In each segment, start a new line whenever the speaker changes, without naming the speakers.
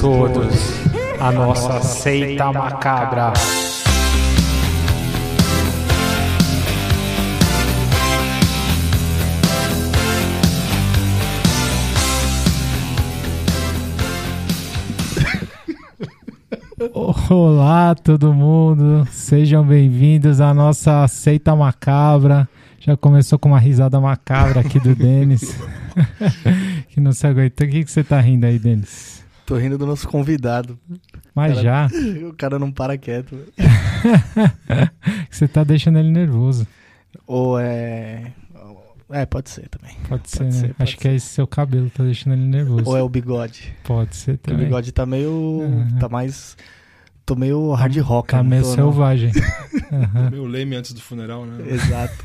todos a nossa seita macabra.
Olá, todo mundo. Sejam bem-vindos à nossa seita macabra. Já começou com uma risada macabra aqui do Denis. que não se aguenta. O que, que você tá rindo aí, Denis?
Tô rindo do nosso convidado.
Mas
Cara-
já,
O cara não para quieto. velho.
que você tá deixando ele nervoso.
Ou é. É, pode ser também.
Pode ser,
Pode
né?
ser, pode
Acho que é esse seu cabelo que tá deixando ele nervoso.
Ou é o bigode.
Pode ser
Porque o
também.
bigode tá meio.
Uhum.
Tá mais. Tô meio hard rock.
Tá
não
meio
tô, não.
selvagem. Aham.
Meu leme antes do funeral,
É.
né?
Exato.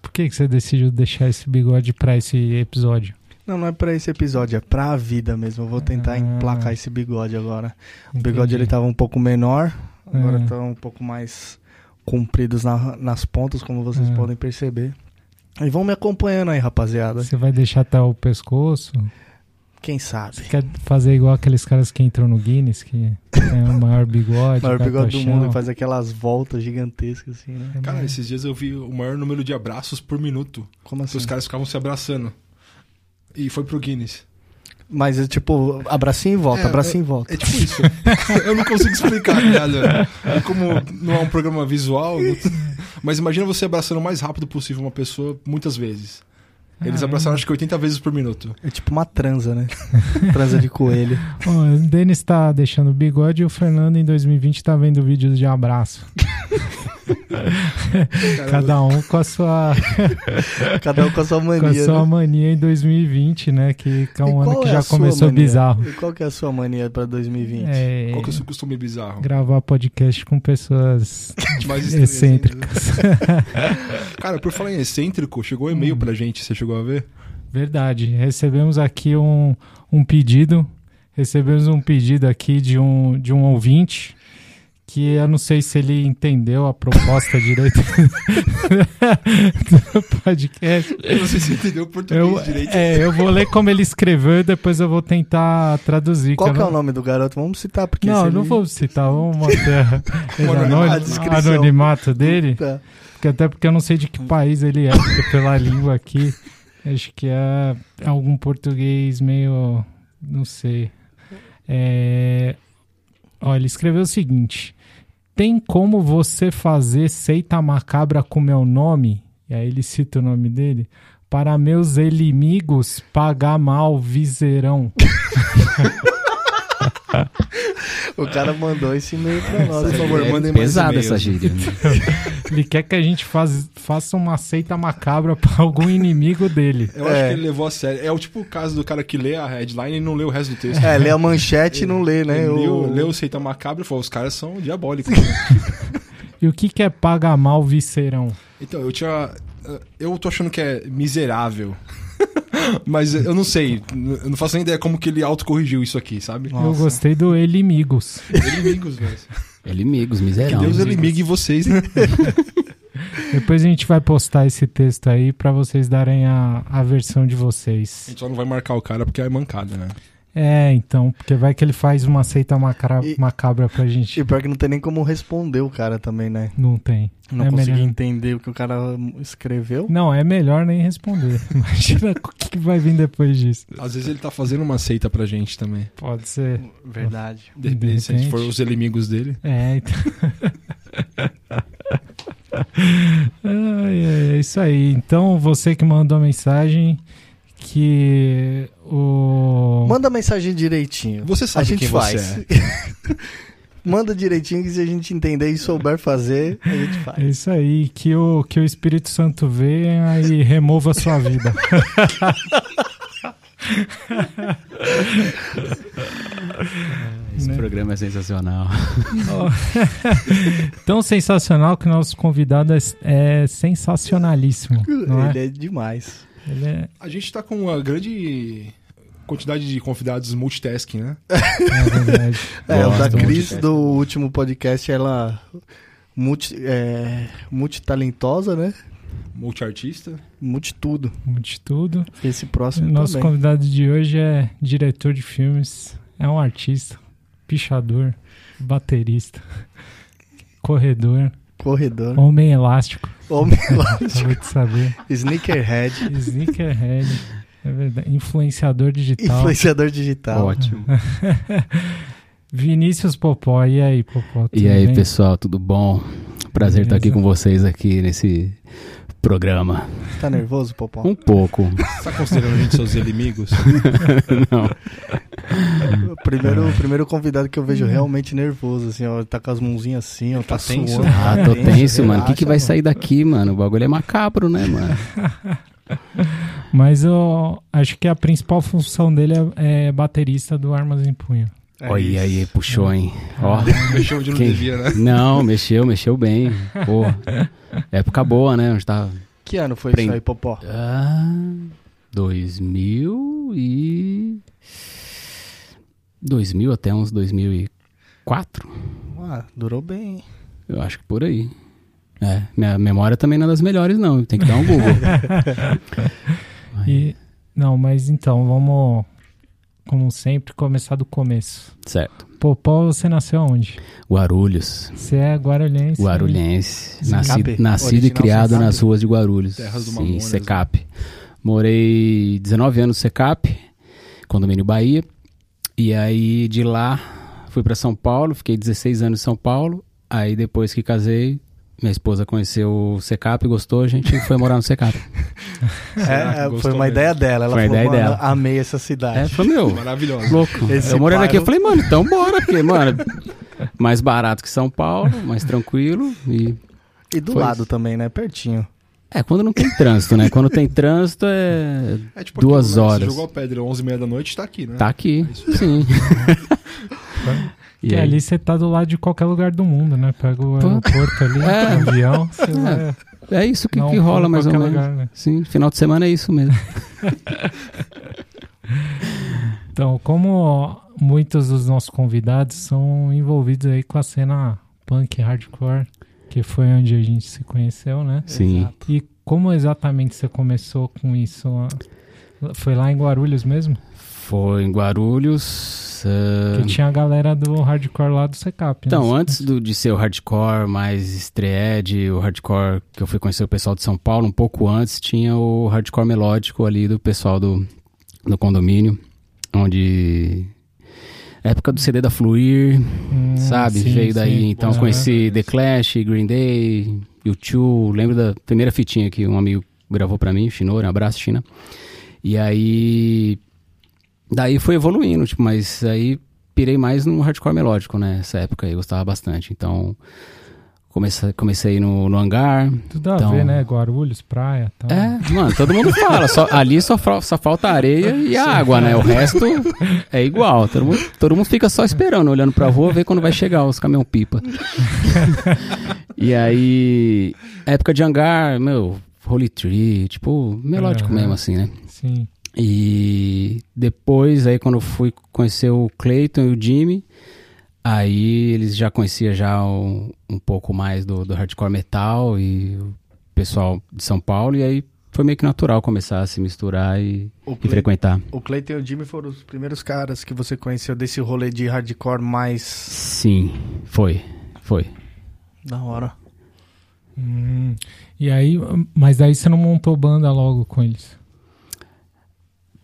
Por que, que você decidiu deixar esse bigode pra esse episódio?
Não, não é pra esse episódio, é pra vida mesmo. Eu vou tentar
Ah.
emplacar esse bigode agora. O
Entendi.
bigode ele tava um pouco menor, agora
Ah.
tá um pouco mais compridos na- nas pontas, como vocês
Ah.
podem perceber. E vão me acompanhando aí, rapaziada.
Você vai deixar até o pescoço?
Quem sabe?
Quer fazer igual aqueles caras que entram no Guinness, que tem o maior bigode,
O maior bigode do mundo,
cartochão.
ele faz aquelas voltas gigantescas assim, né?
Cara, esses dias eu vi o maior número de abraços por minuto.
Como
Então
assim?
Os caras ficavam se abraçando. E foi pro Guinness.
Mas é tipo, abracinho em volta,
É,
abracinho em volta.
É tipo isso. eu não consigo explicar, tá ligado? E como não é um programa visual. não- Mas imagina você abraçando o mais rápido possível uma pessoa muitas vezes. Eles
Caramba.
abraçaram acho que 80 vezes por minuto.
É tipo uma transa, né? transa de coelho.
Ó, o Denis tá deixando o bigode e o Fernando em 2020 tá vendo vídeos de abraço.
É.
Cada um com a sua,
Cada um com a sua
com a
mania.
sua
né?
mania em 2020, né? Que que é
E
um ano
qual
que
é
já
a sua
começou
mania?
bizarro.
E qual que é a sua mania pra 2020?
É,
Qual que é o seu costume bizarro?
gravar podcast com pessoas
Mais estranhas
excêntricas.
ainda. Cara, por falar em excêntrico, chegou um e-mail
Hum.
pra gente, você chegou a ver?
Verdade. Recebemos aqui um, um pedido. Recebemos um pedido aqui de um, de um ouvinte que eu não sei se ele entendeu a proposta direito do podcast.
Eu não sei se entendeu o português
Eu,
direito.
é, eu vou ler como ele escreveu e depois eu vou tentar traduzir.
Qual
que
que
eu
é
não-
o nome do garoto? Vamos citar, porque
Não,
se
eu não
ele-
vou citar, vamos manter a- ele
Anonimato,
anônimo-
a descrição.
anonimato dele.
Tá.
Porque- Até porque eu não sei de que país ele é, porque pela língua aqui. Acho que é algum português meio. Não sei. É... Ó, ele escreveu o seguinte: Tem como você fazer seita macabra com meu nome? E aí ele cita o nome dele. Para meus inimigos pagar mal viserão.
O cara mandou esse e-mail pra nós.
Por favor,
É
mandem mais
pesada
e-mails.
essa gíria. né?
Ele quer que a gente faz- faça uma seita macabra para algum inimigo dele.
Eu acho
É.
que ele levou a sério. É o tipo o caso do cara que lê a headline e não lê o resto do texto.
É, lê a manchete e não lê, né?
Ele leu,
O-
leu o Seita Macabro e falou, os caras são diabólicos.
E o que, que é pagar mal viserão?
então, eu tinha... Eu tô achando que é miserável. Mas eu não sei. Eu não faço nem ideia como que ele autocorrigiu isso aqui, sabe?
Eu
Nossa.
gostei do Inimigos.
Inimigos, velho.
Inimigos,
Que
miseráveis.
Deus inimigue vocês, né?
Depois a gente vai postar esse texto aí pra vocês darem a, a versão de
A
vocês.
gente só não vai marcar o cara porque é mancada, né?
É, então, porque vai que ele faz uma seita macra,
E-
macabra pra gente.
E pior que não tem nem como responder o cara também, né?
Não tem.
Não
é
consegui
melhor...
entender o que o cara escreveu.
Não, é melhor nem responder. Imagina o que que vai vir depois disso.
Às vezes ele tá fazendo uma seita pra gente também.
Pode ser.
Verdade.
De repente, se a gente
De
for
repente.
os inimigos dele.
É, então. Ai, ai, é isso aí. Então, você que mandou a mensagem que o.
Manda mensagem direitinho.
Você sabe
a gente
quem
faz.
você é.
Manda direitinho que se a gente entender e souber fazer, a gente
É
faz.
isso aí, que o, que o Espírito Santo venha e remova a sua vida.
Esse
né?
programa é sensacional.
Tão sensacional que nosso convidado é, é sensacionalíssimo. Não é?
Ele é demais.
Ele é,
A gente tá com uma grande quantidade de convidados multitasking, né?
é verdade.
É, o
Gosto
da
muito
Cris
dessa.
do último podcast, ela multi, é, multitalentosa, né?
Multiartista.
Multitudo.
Um de tudo.
Esse
O
próximo
nosso
também.
convidado de hoje é diretor de filmes, É um artista, pichador, baterista, corredor,
Corredor.
homem elástico,
Homem elástico.
acabei de saber.
Sneakerhead.
Sneakerhead. É verdade. Influenciador digital.
Influenciador digital.
Ótimo.
Vinícius Popó. E aí, Popó? tudo
E aí,
bem?
pessoal, tudo bom? Prazer estar aqui
Beleza.
com vocês aqui nesse programa.
Tá nervoso, Popó?
Um pouco.
Você tá considerando a gente seus inimigos?
Não.
O
É.
primeiro, o primeiro convidado que eu vejo realmente nervoso, assim, ó. Ele tá com as mãozinhas assim, ó. Uhum. Tá,
Tá tenso?
suando.
Ah, tô
Relaxa,
tenso, mano. O que, que
relaxa,
vai
mano.
sair daqui, mano? O bagulho é macabro, né, mano?
Mas eu acho que a principal função dele é, é baterista do Armas em Punho.
É
Olha aí,
isso.
puxou, hein? Ó.
Mexeu onde não
Quem?
devia, né?
Não, mexeu, mexeu bem. Pô. Época boa, né? Onde tava.
Que ano foi
Prende.
isso aí, Popó?
Ah, 2000 e. 2000 até uns 2004?
Ah, durou bem, hein?
Eu acho que por aí. É, minha memória também não é das melhores, não. Tem que dar um Google. Mas-
E, não, mas então, vamos, como sempre, começar do começo.
Certo.
Popó, você nasceu onde?
Guarulhos.
Você é guarulhense.
Guarulhense. Nascido,
Secap.
nascido e
Original
criado
Secap.
nas ruas de Guarulhos.
Terras do
Sim,
Mamonas,
Secap. Morei 19 anos no Secap, condomínio Bahia. E aí de lá fui pra São Paulo, fiquei 16 anos em São Paulo. Aí depois que casei, minha esposa conheceu o Secap, gostou, a gente foi morar no Secap.
Será que
É,
gostou
foi uma
mesmo?
ideia dela. Ela
Foi uma
falou,
ideia
mano,
dela.
amei essa cidade.
É, foi meu.
Maravilhosa.
Louco.
Esse
eu morando
bairro-
aqui, eu falei, mano, então bora, porque, mano, mais barato que São Paulo, mais tranquilo. E.
E do
Foi
lado
isso.
também, né? Pertinho.
É, quando não tem trânsito, né? Quando tem trânsito, é.
É tipo
Duas
aquilo, né?
horas.
Você jogou a pedra 11h30 da noite tá aqui, né?
Tá aqui.
É isso.
Sim. é
E ali você tá do lado de qualquer lugar do mundo, né? Pega o
Pô.
aeroporto ali,
É.
o avião, você vai
É isso que,
dar um
que
pulo
rola
em
mais ou
qualquer
menos.
lugar, né?
Sim, final de semana é isso mesmo.
Então, como muitos dos nossos convidados são envolvidos aí com a cena punk hardcore, que foi onde a gente se conheceu, né?
Sim.
Exato.
E como exatamente você começou com isso? lá? Foi lá em Guarulhos mesmo?
Foi em Guarulhos. ah,
Que tinha a galera do hardcore lá do Secap. né?
Então, antes do- de ser o hardcore mais estreed, o hardcore que eu fui conhecer o pessoal de São Paulo, um pouco antes, tinha o hardcore melódico ali do pessoal do, do condomínio, onde. Época do CD da Fluir,
Hum,
sabe?
sim,
Veio
sim. é.
daí, então
Aham.
conheci The Clash, Green Day, U2, lembro da primeira fitinha que um amigo gravou pra mim, Shinori, um abraço, China. E aí, daí foi evoluindo, tipo, mas aí pirei mais no hardcore melódico, né, nessa época aí, eu gostava bastante, então comecei, comecei no, no hangar,
Tudo a
Então-
ver, né? Guarulhos, praia e tal.
é, mano, todo mundo fala. Só, ali só, fa- só falta areia e a água, né? O resto é igual. Todo mundo, todo mundo fica só esperando, olhando pra rua, ver quando vai chegar os caminhão-pipa. e aí, época de hangar, meu, Holy Tree, tipo, melódico
Aham.
mesmo, assim, né?
Sim.
E depois, aí quando eu fui conhecer o Clayton e o Jimmy, aí eles já conheciam já um, um pouco mais do, do hardcore metal e o pessoal de São Paulo, e aí foi meio que natural começar a se misturar e,
O
e
Clay,
frequentar.
o Clayton e o Jimmy foram os primeiros caras que você conheceu desse rolê de hardcore mais
Sim, foi, foi.
da hora.
Hum, E aí, mas daí você não montou banda logo com eles.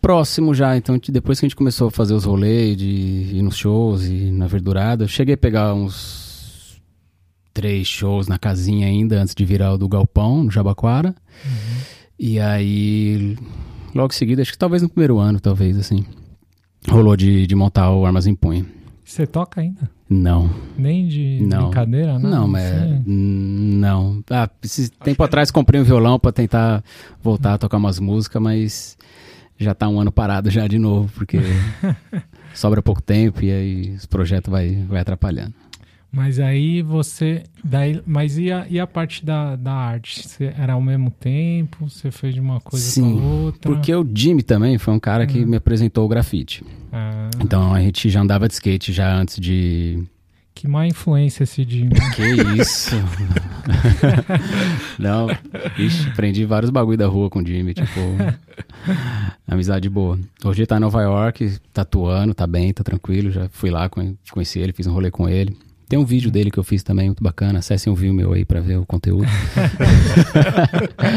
Próximo já, então t- depois que a gente começou a fazer os rolês, de ir nos shows e na verdurada, eu cheguei a pegar uns três shows na casinha ainda, antes de virar o do Galpão, no Jabaquara. E aí, logo em seguida, acho que talvez no primeiro ano, talvez, assim, rolou de, de montar o Armas em Punho.
Você toca ainda?
Não,
Nem de
Não.
brincadeira, né?
não, mas...
Você-
hum, Não. Ah, esse
que
tempo
é-
atrás comprei um violão pra tentar voltar a tocar umas músicas, mas já tá um ano parado já de novo, porque sobra pouco tempo e aí os projetos vai, vai atrapalhando.
Mas aí você. Daí, mas e a, e a parte da, da arte? Você era ao mesmo tempo? Você fez de uma coisa
Sim,
pra outra?
Porque o Jimmy também foi um cara que
Tá. Uhum.
me apresentou o grafite.
Ah,
Então a gente já andava de skate já antes de
Que má influência esse Jim.
Que isso? Não, ixi, aprendi vários bagulho da rua com o Jimmy, tipo, amizade boa. Hoje ele tá em Nova York, tatuando, tá bem, tá tranquilo, já fui lá, conhe- conheci ele, fiz um rolê com ele. Tem um vídeo dele que eu fiz também, muito bacana, acessem o vídeo meu aí pra ver o conteúdo.
Tá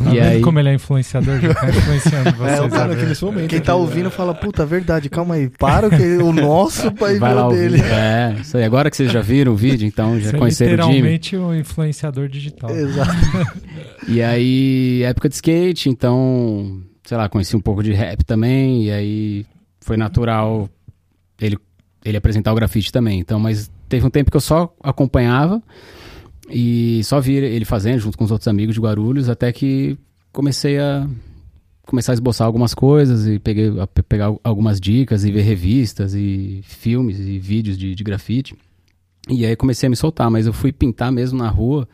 e
vendo
aí,
como ele é influenciador? Já tá influenciando vocês.
É, o cara
né?
aqui nesse momento.
Quem tá
aqui,
ouvindo fala, puta, verdade, calma aí, para o que o nosso pai
vai lá
viu
ouvir.
dele.
É, isso aí. Agora que vocês já viram o vídeo, então já
Você é
conheceram o Jimmy.
literalmente um influenciador digital.
Exato.
E aí, época de skate, então, sei lá, conheci um pouco de rap também, e aí foi natural ele, ele apresentar o grafite também. Então, mas teve um tempo que eu só acompanhava e só vi ele fazendo junto com os outros amigos de Guarulhos, até que comecei a começar a esboçar algumas coisas e peguei a pe- pegar algumas dicas e ver revistas e filmes e vídeos de, de grafite. E aí comecei a me soltar, mas eu fui pintar mesmo na rua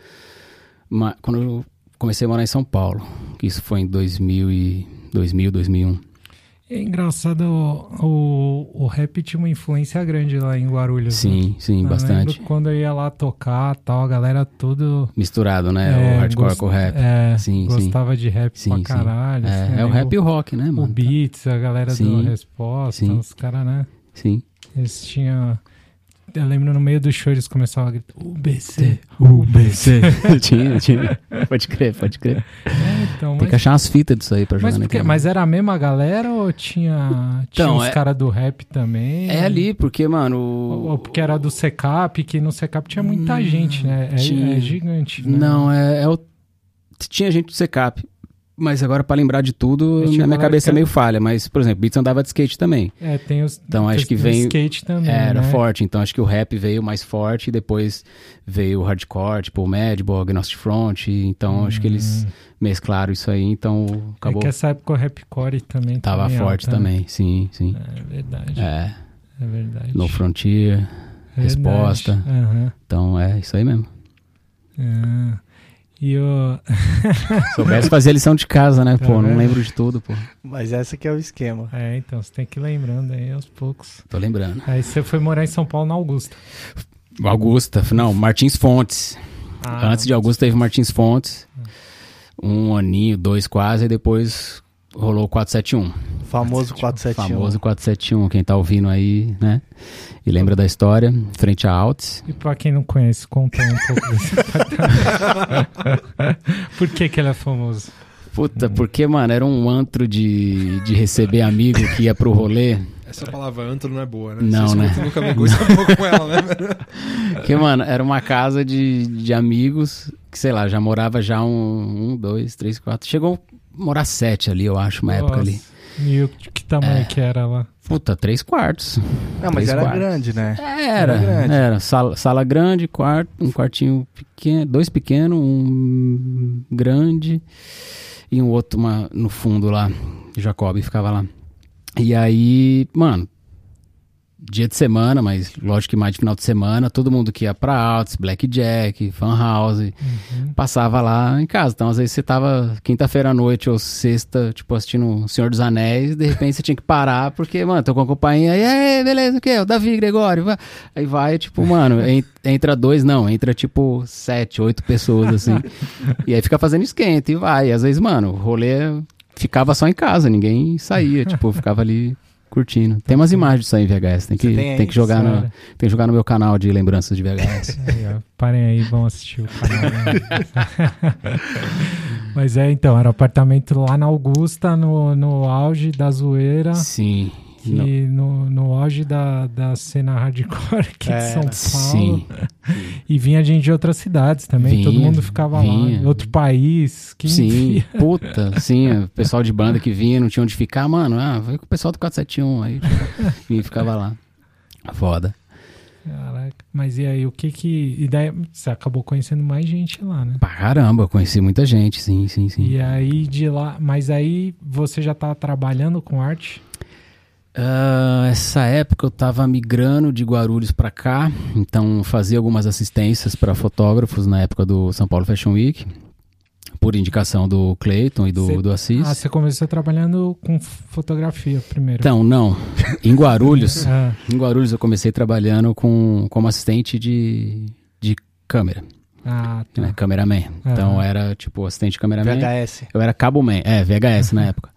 ma- quando eu comecei a morar em São Paulo. que Isso foi em 2000, e um. 2000 2001.
É engraçado, o, o, o rap tinha uma influência grande lá em Guarulhos. né?
Sim, sim,
Eu
bastante.
lembro quando eu ia lá tocar tal, a galera tudo. é,
Misturado, né? o hardcore
gost-
com o rap.
É,
Sim, sim.
gostava de rap
Sim,
pra
sim.
caralho. assim,
É, é
né?
o rap e o rock, né,
o,
mano?
Beats, a galera
Sim.
do Resposta,
Sim.
os caras, né?
Sim.
Eles tinham. Eu lembro no meio do show eles começavam a gritar: UBC, UBC.
tinha, tinha. Pode crer, pode crer.
Então,
Tem
mas,
que achar umas fitas disso aí pra jogar
mas,
na
por quê?
internet.
mas era a mesma galera ou tinha, tinha
Então,
os
é-
caras do rap também?
É ali, porque, mano.
Ou
o-
ou porque era do Secap, que no Secap tinha muita
Hum,
gente, né? É,
tinha.
é gigante. Né?
Não, é, é o. Tinha gente do secap. Mas agora, pra lembrar de tudo,
Mas tinha
na minha
galera
cabeça
que
é
era-
meio falha. Mas, por exemplo, Beats andava de skate também.
É, tem os.
Então, acho
tem
que
os
vem-
skate também.
Era
né?
forte, então acho que o rap veio mais forte e depois veio o hardcore, tipo o Madball, Agnostic Front, e então acho que eles mesclaram isso aí, então
Hum. É
acabou.
que essa época o rapcore também
Tava
também
forte
alta, né?
também, sim, sim.
É verdade. É,
É,
verdade. É
No Frontier,
Verdade.
Resposta.
Aham.
então é isso aí mesmo.
Ah. E o.
Se soubesse fazer lição de casa, né,
Tá
pô, não
vendo?
lembro de tudo, pô.
Mas essa que é o esquema.
É, então, você tem que ir lembrando aí aos poucos.
Tô lembrando.
Aí você foi morar em São Paulo na Augusta.
Augusta, não, Martins Fontes.
Ah.
Antes de Augusta teve Martins Fontes, um aninho, dois quase, e depois rolou o 471.
Famoso 471.
Famoso 471, quem tá ouvindo aí, né? E lembra da história, frente a Altis.
E pra quem não conhece, conta aí um pouco desse tratamento. Por que, que ele é famoso?
Puta, Hum. porque, mano, era um antro de, de receber amigo que ia pro rolê.
Essa palavra antro não é boa, né?
Não,
Você
né?
escuta, nunca me pouco com ela, né?
Porque, mano, era uma casa de, de amigos que, sei lá, já morava já um, um, dois, três, quatro. Chegou a morar sete ali, eu acho, uma época ali.
E o que tamanho
É.
que era lá?
Puta, três quartos.
Não, mas
um. Três
era
quartos.
grande, né?
Era,
Era grande.
era. Sala, sala grande, quarto, um quartinho pequeno, dois pequenos, um grande e um outro uma, no fundo lá. Jacob ficava lá. E aí, mano, dia de semana, mas lógico que mais de final de semana, todo mundo que ia pra Alts, Blackjack, Fan House, passava lá em casa. Então, às vezes você tava quinta-feira à noite ou sexta, tipo, assistindo O Senhor dos Anéis, e de repente você tinha que parar, porque, mano, tô com a companhia, e aí, beleza, o quê? O Davi, Gregório, vai. Aí vai, tipo, mano, en- entra dois, não, entra tipo sete, oito pessoas, assim. e aí fica fazendo esquenta e vai. E às vezes, mano, o rolê ficava só em casa, ninguém saía, tipo, ficava ali curtindo. Tem umas imagens disso aí em VHS, tem que,
Você tem
tem,
aí?
que jogar no,
Sério?
tem que jogar no meu canal de lembranças de VHS.
Aí, ó, parem aí, vão assistir o canal. né? Mas é, então, era apartamento lá na Augusta, no, no auge da zoeira.
Tá.
Sim.
Que
Não-
no, no auge da, da cena hardcore aqui de
Era.
São Paulo.
Sim.
E vinha gente de outras cidades também. Todo
Vinha,
mundo ficava
vinha.
lá. Outro país. Que
Sim, puta, sim, o pessoal de banda que vinha, não tinha onde ficar, mano, ah, vai com o pessoal do 471 aí, tipo, e ficava lá, foda.
Caraca. Mas e aí, o que que. E daí você acabou conhecendo mais gente lá, né?
Pra caramba, eu conheci muita gente, sim, sim, sim.
E aí de lá. Mas aí você já tava trabalhando com arte?
Ah, essa época eu tava migrando de Guarulhos pra cá, então fazia algumas assistências pra fotógrafos na época do São Paulo Fashion Week. Por indicação do Clayton e do,
Cê-
do Assis.
Ah, você começou trabalhando com fotografia primeiro.
Então, não. Em Guarulhos,
Ah,
em Guarulhos eu comecei trabalhando com, como assistente de, de câmera,
ah, tá.
né? Cameraman. Então
Aham.
era tipo assistente de cameraman.
VHS.
Eu era caboman, é, VHS na época.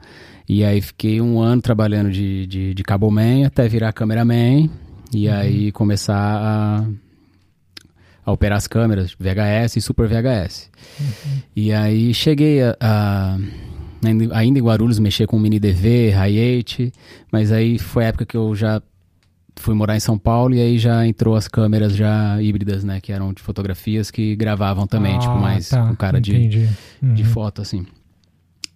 E aí fiquei um ano trabalhando de, de, de caboman até virar cameraman. E
Uhum.
aí começar a, a operar as câmeras, VHS e Super VHS.
Uhum.
E aí cheguei a, a- ainda- ainda em Guarulhos, mexer com mini DV, hi mas aí foi a época que eu já fui morar em São Paulo e aí já entrou as câmeras já híbridas, né? Que eram de fotografias que gravavam também, tipo,
Ah,
mais
tá,
com cara de
entendi. Uhum.
de foto, assim.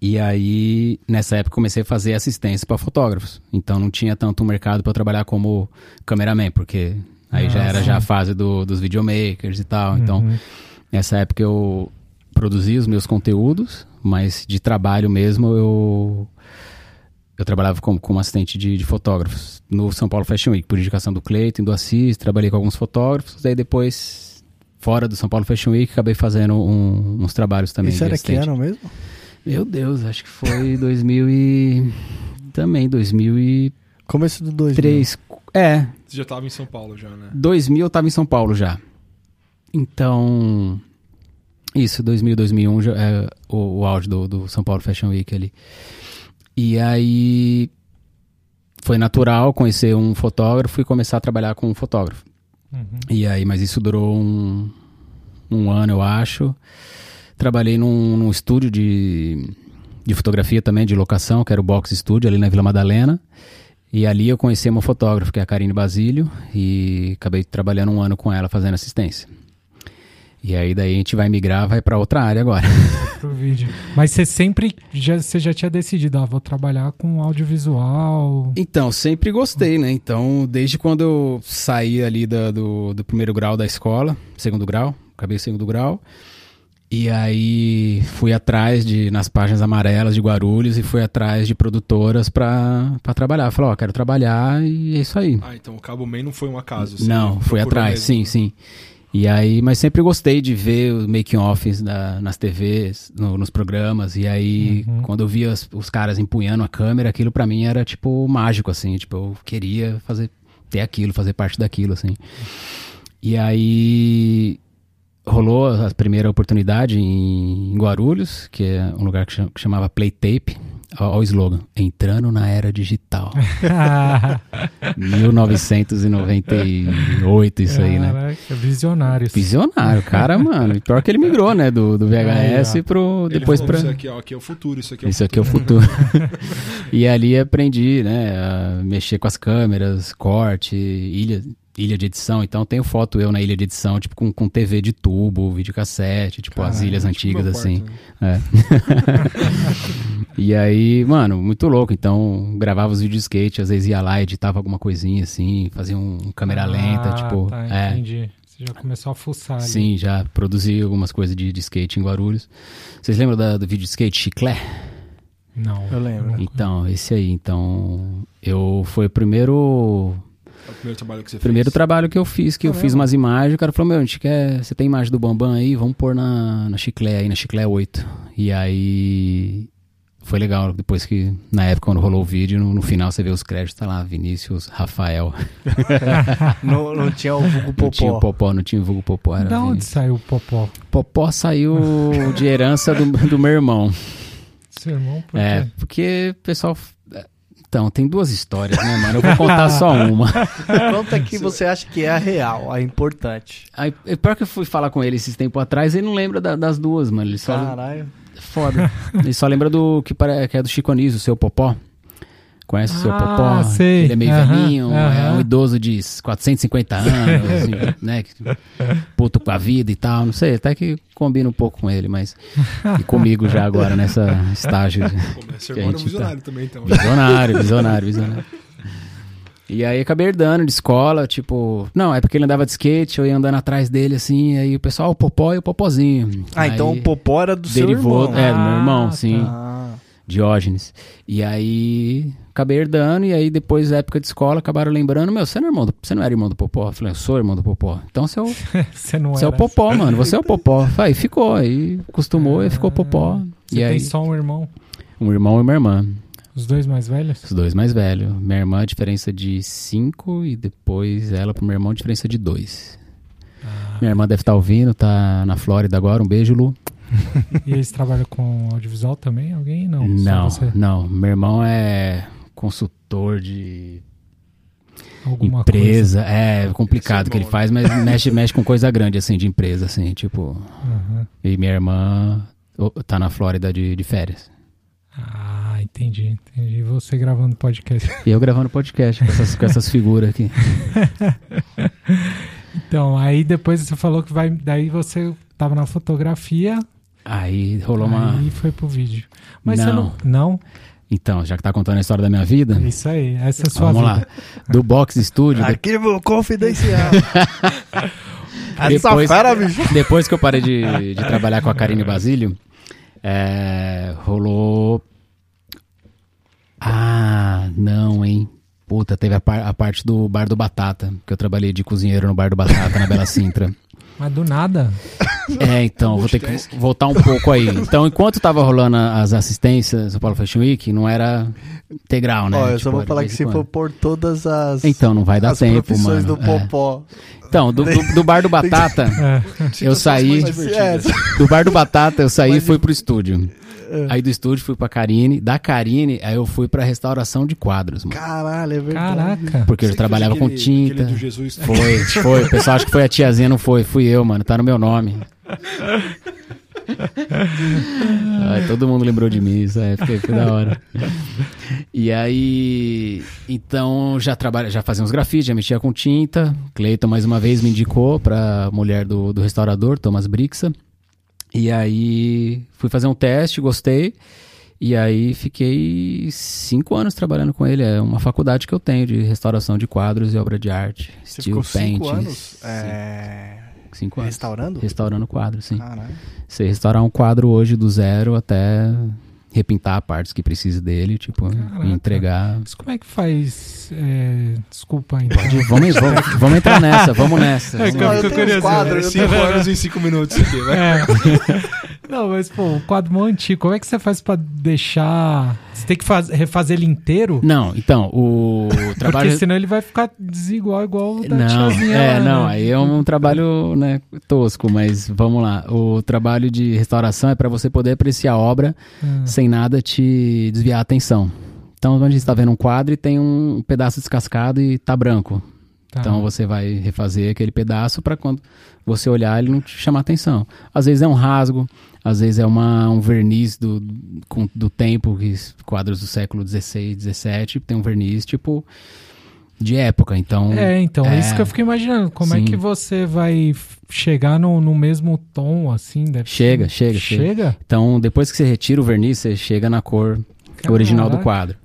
E aí, nessa época, comecei a fazer assistência para fotógrafos. Então, não tinha tanto mercado para trabalhar como cameraman, porque aí já
Ah,
era
sim.
já a fase do, dos videomakers e tal. Então,
Uhum.
nessa época, eu produzia os meus conteúdos, mas de trabalho mesmo, eu, eu trabalhava como, como assistente de, de fotógrafos no São Paulo Fashion Week, por indicação do Cleiton, do Assis. Trabalhei com alguns fotógrafos, daí depois. Fora do São Paulo Fashion Week, acabei fazendo um- uns trabalhos também.
Isso
de
era que
assistente.
ano mesmo?
Meu Deus, acho que foi 2000 e... Também, 2003.
Começo do 2000.
É,
Você já tava em São Paulo já, né?
2000 eu tava em São Paulo já. Então... Isso, 2000, 2001 já é o, o auge do, do São Paulo Fashion Week ali. E aí... Foi natural conhecer um fotógrafo e começar a trabalhar com um fotógrafo.
Uhum.
E aí, mas isso durou um, um ano, eu acho. Trabalhei num, num estúdio de, de fotografia também, de locação, que era o Box Studio, ali na Vila Madalena. E ali eu conheci uma fotógrafa, que é a Karine Basílio, e acabei trabalhando um ano com ela fazendo assistência. E aí daí a gente vai migrar, vai pra outra área agora.
Pro vídeo. Mas você sempre já, você já tinha decidido, ah, vou trabalhar com audiovisual.
Então, sempre gostei, né? Então, desde quando eu saí ali da- do, do primeiro grau da escola, segundo grau, acabei o segundo grau, e aí fui atrás de, nas páginas amarelas de Guarulhos, e fui atrás de produtoras pra pra trabalhar. Falei, ó, quero trabalhar e é isso aí.
Ah, então o Cabo Man não foi um acaso. você
Não, fui
procurou
atrás,
mesmo.
sim, sim. E aí, mas sempre gostei de ver os making-offs na- nas TVs, no- nos programas. E aí,
Uhum.
quando eu via as- os caras empunhando a câmera, aquilo pra mim era tipo mágico, assim. Tipo, eu queria fazer, ter aquilo, fazer parte daquilo, assim. E aí, rolou a primeira oportunidade em Guarulhos, que é um lugar que, cha- que chamava Playtape. Olha o slogan: entrando na era digital.
Ah,
1998, isso aí, né?
Caraca, visionários.
Visionário, cara, mano. E Pior que ele migrou, né? Do, do VHS
Aí, ó.
pro.
Ele
Depois
falou,
pra.
Isso aqui, ó, aqui é o futuro, isso aqui é o
Isso aqui é o futuro. e ali aprendi, né? A mexer com as câmeras, corte, ilha, ilha de edição. Então tenho foto eu na ilha de edição, tipo, com, com TV de tubo, videocassete, tipo, as
Caralho,
ilhas
futuro. Tipo,
antigas,
meu quarto,
assim.
né?
É. e aí, mano, muito louco. Então, gravava os vídeos de skate, às vezes ia lá, editava alguma coisinha assim, fazia um câmera
Ah,
lenta, tipo.
Tá,
é,
entendi. Você já começou a fuçar ali.
sim, já produzi algumas coisas de, de skate em Guarulhos. Vocês lembram da- do vídeo de skate Chiclé?
Não.
Eu lembro.
Então, esse aí. Então, eu foi o primeiro
É o primeiro trabalho que você
Primeiro
fez.
trabalho que eu fiz, que eu fiz umas imagens, o cara falou, meu, a gente quer. Você tem imagem do Bambam aí? Vamos pôr na, na chiclé aí, na chiclé 8. E aí. Foi legal, depois que, na época, quando rolou o vídeo, no, no final você vê os créditos, tá lá, Vinícius, Rafael.
não, não tinha o vulgo
Não tinha o
popó.
Popó, não tinha o Vulgo Popó, era
da onde
Vinícius.
saiu o Popó?
Popó saiu de herança do, do meu irmão.
Seu irmão? Por
é,
quê?
porque o pessoal... Então, tem duas histórias, né, mano? Eu vou contar só uma.
Conta que você acha que é a real, a importante.
Aí, pior que eu fui falar com ele esses tempos atrás, ele não lembra da- das duas, mano. Ele só,
Caralho.
Foda. Ele só lembra do que, pare- que é do Chico Anísio, o seu popó. Conhece o seu
Ah,
popó?
sei.
Ele é meio
Aham,
velhinho, é
aham.
um idoso de 450 anos, né? que Puto com a vida e tal, não sei. Até que combina um pouco com ele, mas. E comigo já agora, nessa estágio. de-
Pô, mas seu
Que a
irmão era
gente tá-
um visionário também, então.
Visionário, visionário, visionário. E aí acabei herdando de escola, tipo. Não, é porque ele andava de skate, eu ia andando atrás dele assim, aí o pessoal, "Ó, o popó e o popozinho.
Ah, então
Aí
o popó era do
derivou,
seu irmão.
É, do meu irmão,
Ah,
sim.
tá.
Ah,
Diógenes. E aí acabei herdando, e aí depois da época de escola acabaram lembrando: Meu, você não, é irmão do- você não era irmão do Popó? Eu falei: Eu sou irmão do Popó. Então você é o,
Você não
você é o
era.
Popó, mano. Você é o Popó. Aí ficou, aí acostumou e ficou Popó.
Você
e
tem
aí,
só um irmão?
um irmão e uma irmã.
Os dois mais velhos?
Os dois mais velhos. Minha irmã, a diferença de 5 e depois ela pro meu irmão, a diferença de 2.
Ah.
Minha irmã deve estar ouvindo, tá na Flórida agora. Um beijo, Lu.
E eles trabalham com audiovisual também? Alguém? Não. só
Não,
você.
não. Meu irmão é consultor de
Alguma
empresa. É
Esse
complicado
é
o que ele
bom,
assim,
faz, mas mexe, mexe com coisa grande, assim, de empresa, assim, tipo.
coisa. Aham.
E minha irmã oh, tá na Flórida de, de férias.
Ah, entendi, entendi. E você gravando podcast.
E eu gravando podcast com essas, com essas figuras aqui.
Então, aí depois você falou que vai. Daí você tava na fotografia
Aí rolou uma.
aí foi pro vídeo. Mas você não.
Então, já que tá contando a história da minha vida.
Não? Isso aí. Essa é a sua
Vamos
vida.
lá. Do Box Studio, de-
Arquivo confidencial. Essa
Depois-
fera, bicho.
depois que eu parei de, de trabalhar com a Karine Basílio, é, rolou. Ah, não, hein? Puta, teve a, par- a parte do Bar do Batata, que eu trabalhei de cozinheiro no Bar do Batata, na Bela Sintra.
Mas do nada.
É, então, vou ter que voltar um pouco aí. Então, enquanto tava rolando a- as assistências do Paulo Fashion Week, não era integral, né?
Ó, eu só
Tipo,
vou
era
falar
de
que
vez
se
em
for
quando.
pôr todas as,
Então, não vai dar
as
tempo,
profissões
mano.
do
É.
Popó.
Então, do, do- do Bar do Batata...
É.
Eu saí-
é
mais
é
divertidas.
Do bar do É. Batata, eu saí e fui pro estúdio.
É.
Aí do estúdio fui pra Karine. Da Karine, aí eu fui pra restauração de quadros, mano.
Caralho, é verdade.
Caraca.
Porque eu
Você
trabalhava
fez
com
aquele-
tinta.
aquele do Jesus. né?
Foi, foi. O pessoal acha que foi a tiazinha, não foi. Fui eu, mano. Tá no meu nome. Ai, todo mundo lembrou de mim, isso aí foi, foi da hora. E aí, então já trabalha, já fazia uns grafites, já mexia com tinta. Cleiton mais uma vez me indicou pra mulher do, do restaurador, Thomas Brixa. E aí fui fazer um teste, gostei. E aí fiquei cinco anos trabalhando com ele. É uma faculdade que eu tenho de restauração de quadros e obra de arte.
Você
steel
ficou cinco
paintings.
anos é,
Cinco, cinco anos.
restaurando? Ah.
Restaurando quadros, sim.
Caralho.
Você restaurar um quadro hoje do zero até repintar partes que precisa dele, tipo,
Caraca.
e entregar.
Mas como é que faz. é, Desculpa ainda.
Vamos, vamos, vamos entrar nessa, vamos nessa.
É,
vamos
cara,
lá.
eu
eu assim,
tô
tenho uns
curioso,
quadros,
né?
eu
Cinco anos em cinco minutos aqui, vai.
É. Não, mas pô, o quadro mó antigo. Como é que você faz pra deixar. Você tem que faz... refazer ele inteiro?
Não, então, o trabalho.
Porque senão ele vai ficar desigual, igual o da
Não,
tiazinha.
é,
Tá lá,
não,
né?
aí é um trabalho né, tosco, mas vamos lá. O trabalho de restauração é para você poder apreciar a obra
Ah.
sem nada te desviar a atenção. Então, onde a gente está vendo um quadro e tem um pedaço descascado e tá branco.
Tá.
Então você vai refazer aquele pedaço para quando você olhar ele não te chamar atenção. Às vezes é um rasgo, às vezes é uma, um verniz do, com- do tempo, que s- quadros do século XVI, XVII, tem um verniz tipo de época. Então
É, então, é
É.
isso que eu fico imaginando. Como é
Sim.
que você vai f- chegar no, no mesmo tom, assim? Deve...
chega, chega, chega,
Chega?
Então depois que você retira o verniz, você chega na cor original do
Caraca.
quadro.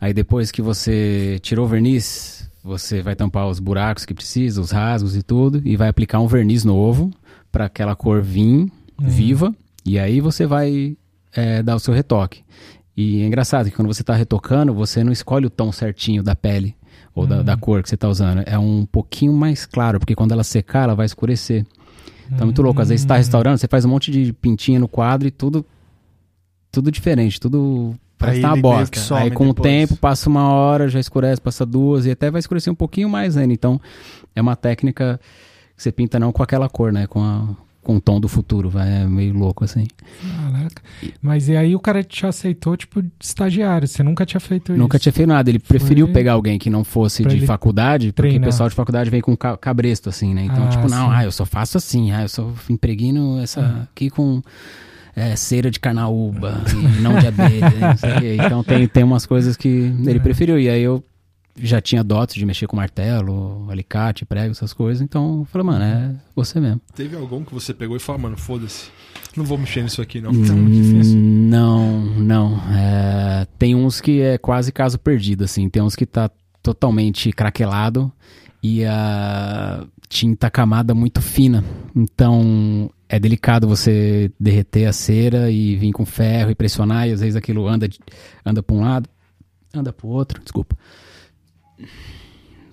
Aí depois que você tirou o verniz, você vai tampar os buracos que precisa, os rasgos e tudo, e vai aplicar um verniz novo para aquela cor vir
Uhum.
viva. E aí você vai é, dar o seu retoque. E é engraçado que quando você está retocando, você não escolhe o tom certinho da pele ou da, da cor que você está usando. É um pouquinho mais claro, porque quando ela secar, ela vai escurecer.
Hum,
Então é muito louco. Às vezes você tá restaurando, você faz um monte de pintinha no quadro e tudo tudo diferente, tudo parece
Aí
que tá uma
ele meio
bosta.
que some
Aí com o
depois.
tempo passa uma hora, já escurece, passa duas e até vai escurecer um pouquinho mais ainda. Então é uma técnica que você pinta não com aquela cor, né, com a- com o tom do futuro, vai, é meio louco assim.
Caraca. Mas e aí o cara te aceitou, tipo, de estagiário. Você nunca tinha feito isso.
Nunca tinha feito nada, ele preferiu
Foi-
pegar alguém que não fosse
pra
de
ele
faculdade, porque
treinar.
o pessoal de faculdade vem com ca- cabresto assim, né? Então,
Ah,
tipo, não,
sim. Ah.
ah, eu só faço assim, ah, eu só impregno essa aqui com é, cera de carnaúba e não de abelha, e não sei o quê. Então tem, tem umas coisas que
É.
ele preferiu. E aí eu já tinha dotes de mexer com martelo, alicate, prego, essas coisas. Então eu falei, mano, é você mesmo.
Teve algum que você pegou e falou, mano, foda-se. Não vou mexer nisso aqui, não. Tá muito difícil.
Hum, Não, não. É, tem uns que é quase caso perdido, assim. Tem uns que tá totalmente craquelado e a tinta camada muito fina. Então, é delicado você derreter a cera e vir com ferro e pressionar, e às vezes aquilo anda, de- anda para um lado, anda para o outro, desculpa.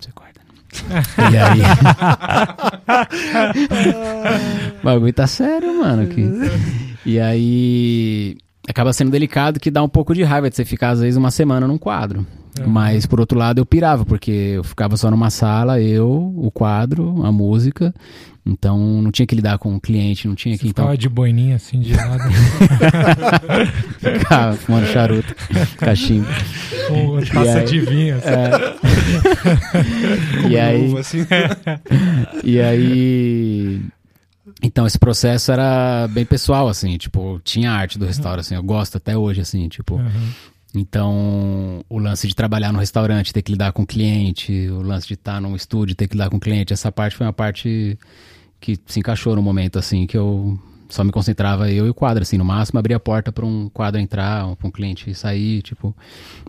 Você corta. né? e aí? o bagulho tá sério, mano. Aqui. E aí acaba sendo delicado que dá um pouco de raiva de você ficar, às vezes, uma semana num quadro. Mas, por outro lado, eu pirava, porque eu ficava só numa sala, eu, o quadro, a música. Então, não tinha que lidar com o cliente, não tinha
Você
que... Então,
ficava de boininha assim, de lado.
ficar fumando charuto, cachimbo.
ou
E
taça
aí-
de vinho. assim.
É. E aí...
Uva, assim.
E aí. Então, esse processo era bem pessoal, assim, tipo, tinha a arte do restaurante, assim, eu gosto até hoje, assim, tipo.
Uhum.
Então, o lance de trabalhar no restaurante, ter que lidar com o cliente, o lance de estar num estúdio, ter que lidar com o cliente, essa parte foi uma parte que se encaixou no momento, assim, que eu só me concentrava eu e o quadro, assim, no máximo abria a porta para um quadro entrar, um- pra um cliente sair, tipo.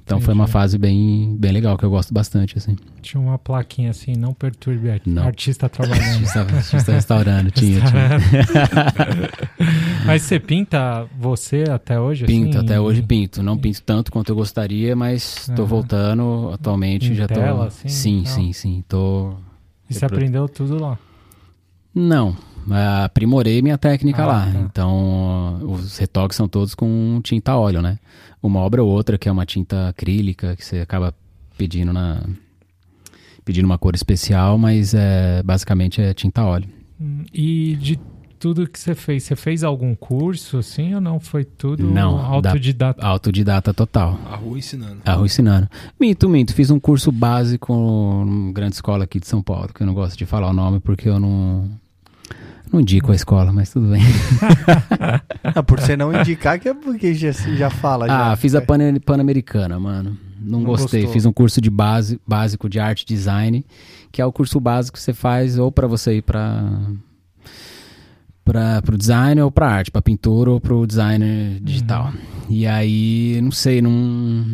Então, foi uma
Entendi.
fase bem, bem legal, que eu gosto bastante, assim.
Tinha uma plaquinha assim, não perturbe a
Não.
artista trabalhando.
Estava estava restaurando, tinha, tinha.
Mas você pinta você até hoje?
Pinto,
assim,
até hoje
em-
pinto. Não pinto tanto quanto eu gostaria, mas tô
Aham.
voltando atualmente.
Em
já tô.
tela, assim,
sim,
tal?
sim, sim. Tô.
E você aprendeu tudo lá.
Não. Aprimorei minha técnica
Ah,
lá.
tá.
Então, os retoques são todos com tinta óleo, né? Uma obra ou outra, que é uma tinta acrílica, que você acaba pedindo na. Pedindo uma cor especial, mas é, basicamente é tinta óleo.
Hum, E de tudo que você fez, você fez algum curso assim ou não? Foi tudo
Não, dá-
autodidata?
Autodidata total.
A rua ensinando.
Arroz Sinano. Ah, Minto, minto. Fiz um curso básico numa grande escola aqui de São Paulo, que eu não gosto de falar o nome porque eu não. Não indico a escola, mas tudo bem.
Ah, por você não indicar, que é porque já, se- já fala. já. É,
Ah, fiz a Pan- Pan-Americana, mano. Não,
Não
gostei.
gostou.
Fiz um curso de base, básico de arte e design, que é o curso básico que você faz ou pra você ir pra para pro design ou pra arte, pra pintura ou pro designer
Uhum.
digital. E aí, não sei, não,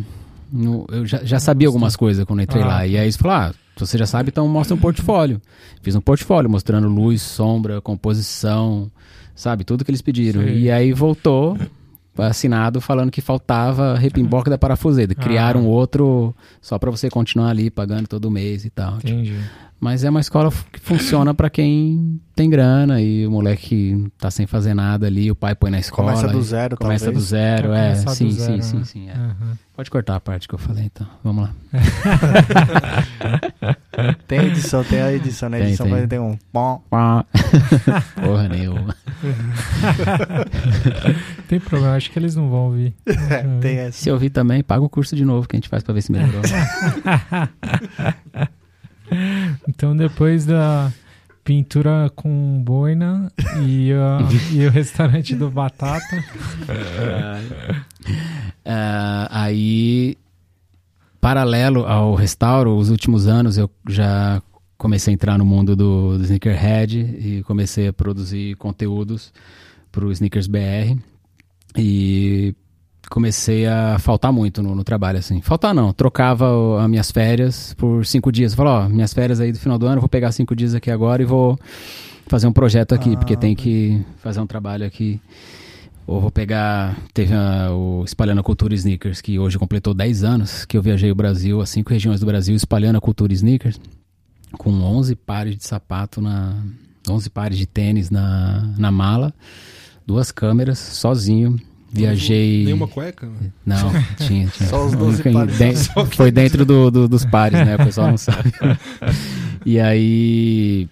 não- eu já, já sabia algumas coisas quando eu entrei
Ah,
lá. E aí eles falaram, ah, se você já sabe, então mostra um portfólio. Fiz um portfólio mostrando luz, sombra, composição, sabe, tudo que eles pediram.
Sei.
E aí voltou assinado falando que faltava repimboca da parafuseta. Criaram
Ah.
outro só pra você continuar ali pagando todo mês e tal. Tipo,
Entendi.
mas é uma escola f- que funciona pra quem tem grana e o moleque tá sem fazer nada ali, o pai põe na escola.
Começa do
e-
zero,
Começa do
talvez.
zero,
Quer
é.
começar do
Sim, sim,
zero,
sim,
né?
sim. é.
Aham.
Pode cortar a parte que eu falei, então. Vamos lá.
Tem a edição, tem a edição. Na
Tem,
edição
tem.
vai ter um... Bom,
Porra nenhuma.
Tem problema, acho que eles não vão ouvir.
É, tem essa.
Se eu ouvir também, paga o curso de novo que a gente faz pra ver se melhorou.
Então depois da pintura com boina e, a- e o restaurante do Batata.
Ah, aí, paralelo ao restauro, os últimos anos eu já comecei a entrar no mundo do, do sneakerhead e comecei a produzir conteúdos pro Sneakers BR e comecei a faltar muito no, no trabalho, assim. Faltar não, trocava o- as minhas férias por cinco dias. Falou, ó, minhas férias aí do final do ano, eu vou pegar cinco dias aqui agora e vou fazer um projeto aqui,
Ah,
porque tem que fazer um trabalho aqui. Ou vou pegar, teve ah, o Espalhando a Cultura Sneakers, que hoje completou 10 anos, que eu viajei o Brasil, as cinco regiões do Brasil, espalhando a cultura sneakers, com 11 pares de sapato na... 11 pares de tênis na, na mala, duas câmeras, sozinho, viajei...
Nenhuma cueca? né?
Não, tinha, tinha.
Só os
Não,
12
quem-
pares.
den- Foi dentro do- do- dos pares, né? O pessoal não sabe. E aí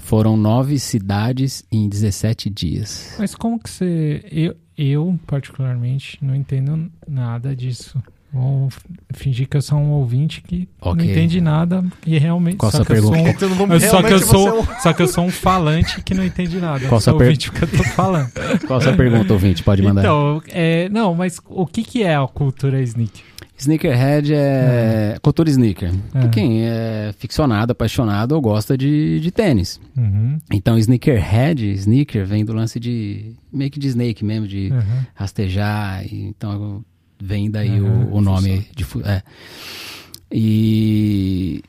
foram nove cidades em 17 dias.
Mas como que você. Eu, eu, particularmente, não entendo nada disso. Vou f- fingir que eu sou um ouvinte que
Ok.
não entende nada e realmente.
Qual
só
sua
que eu sou
pergunta?
um-
Então,
eu-
vamos,
só, que eu
realmente você
sou, só que eu sou um falante que não entende nada. Eu
Qual
sou
sua per-
ouvinte do que eu tô falando.
Qual a sua pergunta, ouvinte? Pode mandar.
Então, é, não, mas o que, que é a cultura sneaker?
Sneakerhead é cultura sneaker.
É.
Pra quem é ficcionado, apaixonado ou gosta de, de tênis.
Uhum,
Então, sneakerhead, sneaker, vem do lance de... meio que de snake mesmo, de...
uhum.
rastejar. e então vem daí
Aham,
o, o nome de fu- é. E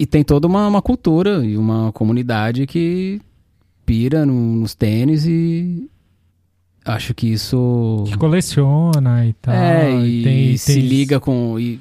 e tem toda uma, uma cultura e uma comunidade que pira no- nos tênis e acho que isso
Que coleciona e tal.
é, e
tem-
se
tem-
liga com e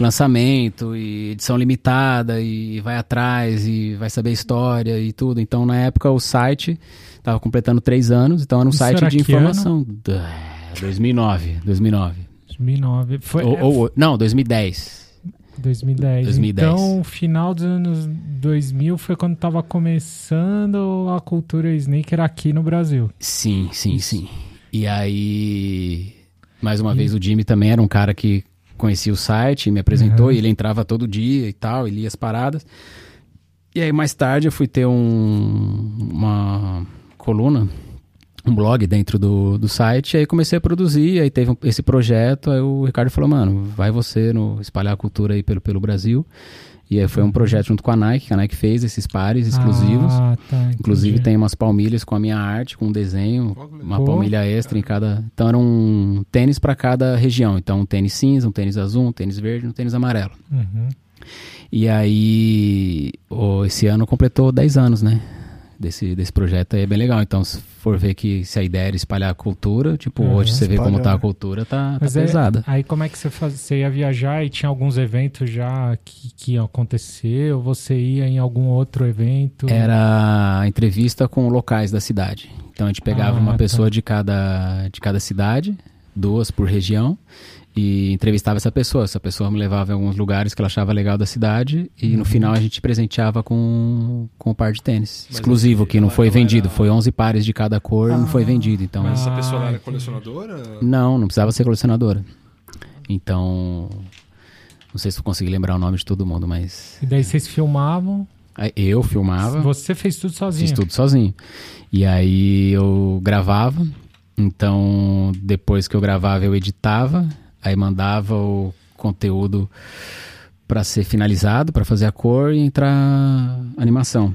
lançamento e edição limitada e vai atrás e vai saber história e tudo. Então, na época, o site estava completando três anos, então era um
Isso
site
era
de
que
informação. É, Da- 2009, 2009.
2009. Foi, é,
Ou- ou- não, 2010.
2010.
2010.
Então, final dos anos 2000 foi quando tava começando a cultura sneaker aqui no Brasil.
Sim, sim, sim. E aí, mais uma vez, o Jimmy também era um cara que conhecia o site, me apresentou,
Uhum.
e ele entrava todo dia e tal, e lia as paradas. E aí, mais tarde, eu fui ter um, uma coluna, um blog dentro do, do site, e aí comecei a produzir, aí teve um- esse projeto, aí o Ricardo falou, mano, vai você no espalhar a cultura aí pelo, pelo Brasil. E aí foi um projeto junto com a Nike, que a Nike fez esses pares exclusivos.
Ah, tá. entendi.
Inclusive tem umas palmilhas com a minha arte, com um desenho,
é
uma
Pô.
palmilha extra em cada. Então era um tênis para cada região. Então um tênis cinza, um tênis azul, um tênis verde, um tênis amarelo.
Uhum.
tá E aí o- esse ano completou 10 anos, né? Desse, desse projeto aí é bem legal. Então, se for ver que se a ideia era espalhar a cultura, tipo,
Uhum,
hoje você vê como
espalhar,
tá a
né?
cultura, tá, tá
Mas é-
pesada.
aí como é que você faz? Você ia viajar e tinha alguns eventos já que, que aconteceu? Você ia em algum outro evento?
Era entrevista com locais da cidade. Então a gente pegava
Ah,
uma
tá.
pessoa de cada, de cada cidade, duas por região, e entrevistava essa pessoa. Essa pessoa me levava em alguns lugares que ela achava legal da cidade, e
Uhum.
no final a gente presenteava com, com um par de tênis.
Mas
exclusivo,
esse-
que não
ela-
foi
ela
vendido.
era-
Foi 11 pares de cada cor, não foi vendido. Então
Mas essa
Ah,
pessoa lá era
entendi.
colecionadora?
não, não precisava ser colecionadora. Então. Não sei se eu consegui lembrar o nome de todo mundo, mas.
E daí vocês filmavam?
aí Eu filmava.
Você fez tudo sozinho?
Fiz tudo sozinho. E aí eu gravava. Então, depois que eu gravava, eu editava. Aí mandava o conteúdo para ser finalizado, para fazer a cor e entrar a animação.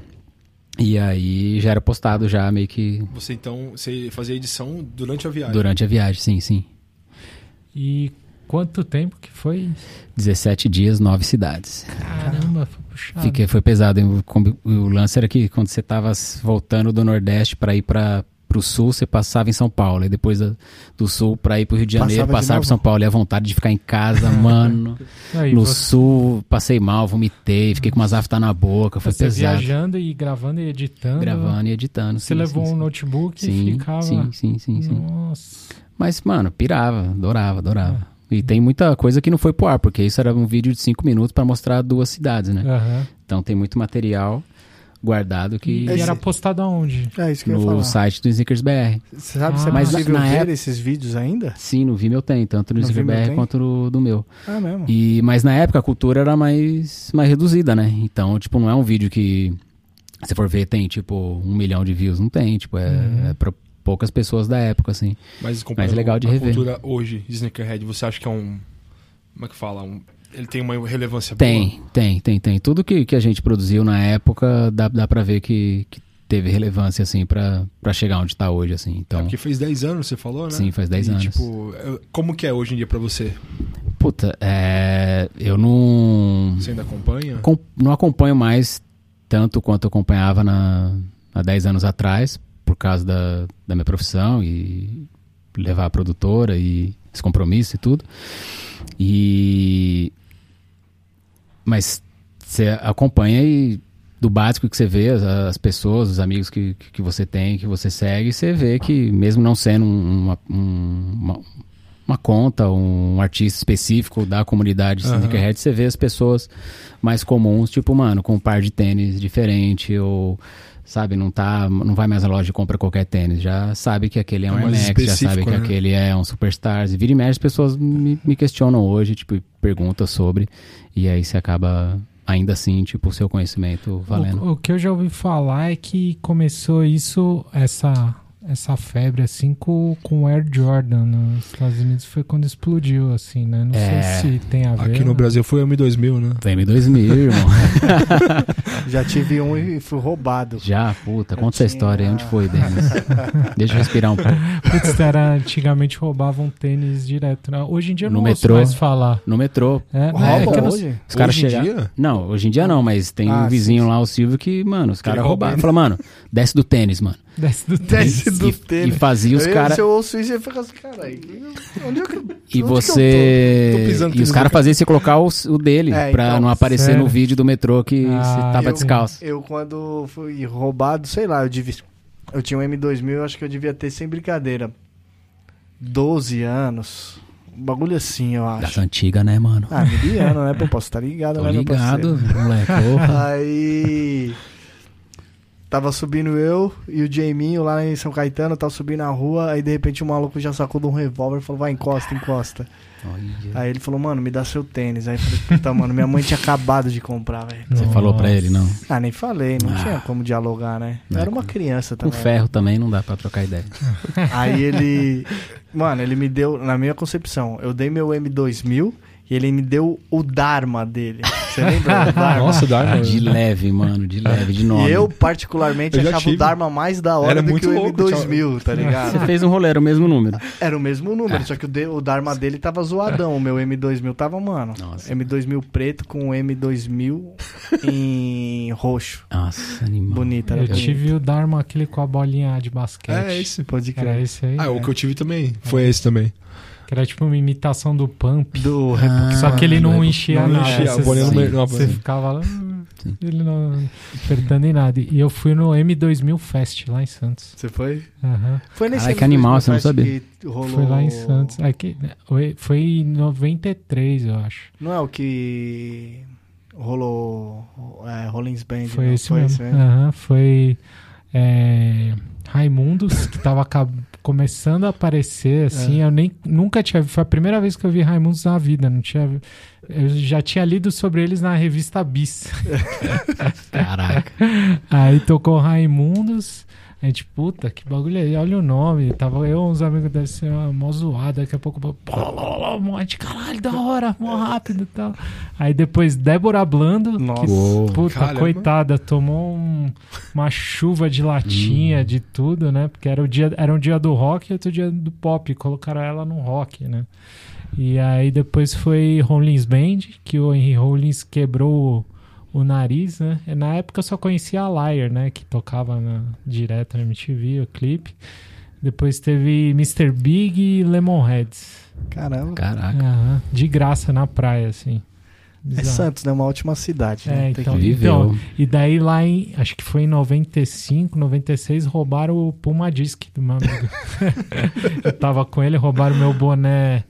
E aí já era postado já meio que
Você então você fazia edição durante a viagem?
durante a viagem, sim, sim.
E quanto tempo que foi?
17 dias, nove cidades.
Caramba, foi puxado.
Fiquei, foi pesado. hein? O, combi- o lance era que quando você tava s- voltando do Nordeste para ir para pro Sul, você passava em São Paulo. E depois da- do Sul para ir pro Rio de Janeiro,
Passava de
passava,
novo?
pro São Paulo. E a vontade de ficar em casa, mano.
Aí,
no
você,
Sul, passei mal, vomitei, fiquei com umas aftas na boca. Foi
você tá
pesado.
viajando e gravando e editando.
Gravando e editando.
Você
sim,
levou
sim,
um
sim.
notebook e
Sim,
ficava.
sim, sim, sim, sim.
Nossa.
Mas, mano, pirava, adorava, adorava.
É.
E tem muita coisa que não foi pro ar, porque isso era um vídeo de cinco minutos para mostrar duas cidades, né?
Aham.
Então tem muito material guardado que
E
Esse-
era postado aonde?
É isso que eu ia
no
falar.
site do Sneakers BR.
Você sabe se é
Ah, mas
possível
na- na
ver
época-
esses vídeos ainda?
Sim, no Vimeo tem, tanto no,
No
Sneakers
Vimeo
BR
tem?
quanto no- do meu.
Ah, mesmo.
E, mas na época a cultura era mais, mais reduzida, né? Então, tipo, não é um vídeo que, se for ver, tem, tipo, um milhão de views. Não tem, tipo, é, é pra poucas pessoas da época, assim.
Mas comparando
Mas legal de
a
rever.
cultura hoje, Sneakerhead, você acha que é um. Como é que fala? Um- ele tem uma relevância boa?
Tem, tem, tem, tem. Tudo que, que a gente produziu na época, dá, dá pra ver que, que teve relevância, assim, pra, pra chegar onde tá hoje, assim.
É
Então,
porque fez 10 anos, você falou, né?
sim, faz 10
E,
anos.
Tipo, eu- como que é hoje em dia pra você?
Puta, é, eu não...
Você ainda acompanha?
Com- não acompanho mais tanto quanto eu acompanhava na, há 10 anos atrás, por causa da, da minha profissão e levar a produtora e esse compromisso e tudo. E. Mas você acompanha e do básico que você vê, as, as pessoas, os amigos que, que você tem, que você segue, você vê que mesmo não sendo um- uma, um- uma, uma conta, um artista específico da comunidade
Aham.
sneakerhead, você vê as pessoas mais comuns, tipo, mano, com um par de tênis diferente ou sabe, não tá, não vai mais à loja e compra qualquer tênis, já sabe que aquele é um
É
Air
mais
Max, já sabe
específico,
que
né?
aquele é um Superstars, e vira e mexe, as pessoas me, me questionam hoje, tipo, e perguntam sobre, e aí você acaba, ainda assim, tipo, o seu conhecimento valendo.
O, o que eu já ouvi falar é que começou isso, essa essa febre, assim, com, com o Air Jordan nos Estados Unidos foi quando explodiu, assim, né? Não
É.
sei se tem a ver.
Aqui no
né?
Brasil foi o M2000, né?
Foi M2000, irmão.
Já tive um e fui roubado.
Já, puta, conta essa
tinha-
história aí. Onde foi, Denis? Deixa eu respirar um pouco.
Putz, era, antigamente roubavam tênis direto. né? Hoje em dia eu
No
não
metrô. é?
ouço mais falar.
No metrô.
É, né?
Roubam
É que eu não-
hoje?
Os caras
Hoje em
chegaram.
dia?
Não, hoje em dia não, mas tem
Ah,
um
sim,
vizinho lá, o Silvio, que, mano, os caras
Ele rouba,
roubaram.
né?
Falaram, mano, desce do tênis, mano.
Desce do
Desce
E-
do
e-
tênis.
E fazia os
Eu-
caras.
Se eu ouço isso, eu fico assim, caralho. Onde é que onde que
E
eu
você.
tô? Tô pisando aqui
e os
no
caras
lugar.
faziam você colocar o, o dele,
É,
pra
então,
não aparecer
sério?
no vídeo do metrô que
Ah,
você tava
eu-
descalço.
Eu, quando fui roubado, sei lá, eu devia. Eu tinha um M2000, eu acho que eu devia ter, sem brincadeira, 12 anos. Um bagulho assim, eu
Das
acho.
antigas, né, mano?
Ah, mediano, né? Pô, posso estar ligado,
Tô
né, meu
ligado,
parceiro?
moleque. porra.
Aí. Tava subindo eu e o Jaminho lá em São Caetano, tava subindo na rua, aí de repente o maluco já sacou de um revólver e falou, vai, encosta, encosta.
Olha.
Aí ele falou, mano, me dá seu tênis. Aí eu falei, puta, mano, minha mãe tinha acabado de comprar, velho.
Você falou pra ele, não?
Ah, nem falei, não
Ah.
tinha como dialogar, né? Eu
Não é
era uma criança
Com
também.
ferro também não dá pra trocar ideia.
Aí ele. Mano, ele me deu, na minha concepção, eu dei meu M2000 e ele me deu o Dharma dele. Você lembra do Dharma?
Nossa, dá, né?
Ah, De leve, mano, de leve, de nome.
E eu, particularmente,
Eu já
achava
tive.
o Dharma mais da hora
Era
do que
muito
o
louco,
M2000, tá
Você
ligado?
fez um rolê, era o mesmo número.
Era o mesmo número, só que o, de- o Dharma dele tava zoadão. O meu M2000 tava, mano.
Nossa.
M2000 preto com M2000 em roxo.
Nossa, animal.
Bonito, era
Eu
bonito.
tive o Dharma, aquele com a bolinha de basquete.
É esse.
Pode crer.
Era esse aí.
Ah,
né?
o que eu tive também. Foi esse também.
Que era tipo uma imitação do Pump.
Do
só que ele não
Ah,
enchia
não
nada.
enchia, a
você,
bolinha não né?
você-
me- não, a
você
bolinha.
ficava lá. Ele não apertando em nada. E eu fui no M2000 Fest lá em Santos.
Você foi?
Aham.
Foi nesse
Caralho, que animal, você não
festa
sabia.
que rolou-
Foi lá em Santos. Aqui, foi- foi em 93, eu acho.
Não é o que rolou é, Rollins Band,
Foi
não?
esse mesmo. Aham, foi é, Raimundos, que tava acab- começando a aparecer, assim. Eu nem, nunca tinha Foi a primeira vez que eu vi Raimundos na vida. Não tinha, eu já tinha lido sobre eles na revista Bis.
Caraca.
Aí tocou Raimundos. A gente, puta, que bagulho aí, olha o nome. Tava eu, uns amigos, deve ser uma mó zoada. Daqui a pouco, blá, blá, blá, blá, um monte, caralho, da hora, mó rápido e tal. Aí depois Débora Blando,
Nossa.
que,
Uou.
puta,
Caramba.
coitada, tomou um- uma chuva de latinha, de tudo, né? Porque era, o dia, era um dia do rock e outro dia do pop. Colocaram ela no rock, né? E aí depois foi Rollins Band, que o Henry Rollins quebrou o, o nariz, né? E na época eu só conhecia a Liar, né? Que tocava na- direto na MTV, o clipe. Depois teve Mr. Big e Lemonheads.
Caramba.
Caraca.
Aham, De graça na praia, assim.
É
Bizarro.
Santos, né? Uma ótima cidade, né?
É,
Tem
então,
que-
Viveu.
então, e daí lá em, acho que foi em 95, 96, roubaram o Puma Disc do meu amigo. eu tava com ele, roubaram meu boné,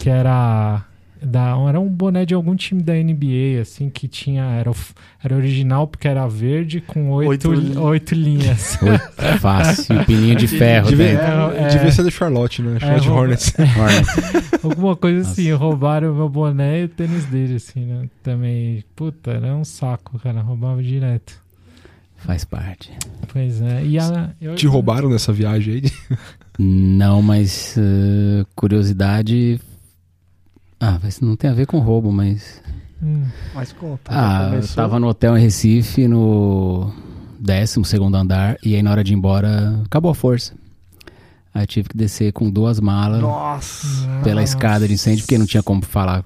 que era da, era um boné de algum time da NBA, assim, que tinha, era, of- era original porque era verde com oito,
Oito
oito,
li-
linhas.
Oi, fácil. O pininho de ferro.
Devia,
né?
É, é.
devia ser da Charlotte, né? Charlotte
É,
Hornets.
Hornets.
Alguma coisa assim, roubaram o meu boné e o tênis dele, assim, né? Também, puta, era um saco, cara, roubava direto.
Faz parte.
Pois é, e a... Eu,
Te roubaram nessa viagem aí.
Não, mas eh, curiosidade. Ah, mas não tem a ver com roubo, mas.
Hum.
Mas conta. já
Ah, eu
começou.
tava no hotel em Recife, no 12 andar, e aí na hora de ir embora, acabou a força. Aí tive que descer com duas malas
Nossa.
pela
Nossa.
escada de incêndio, porque não tinha como falar
Aham.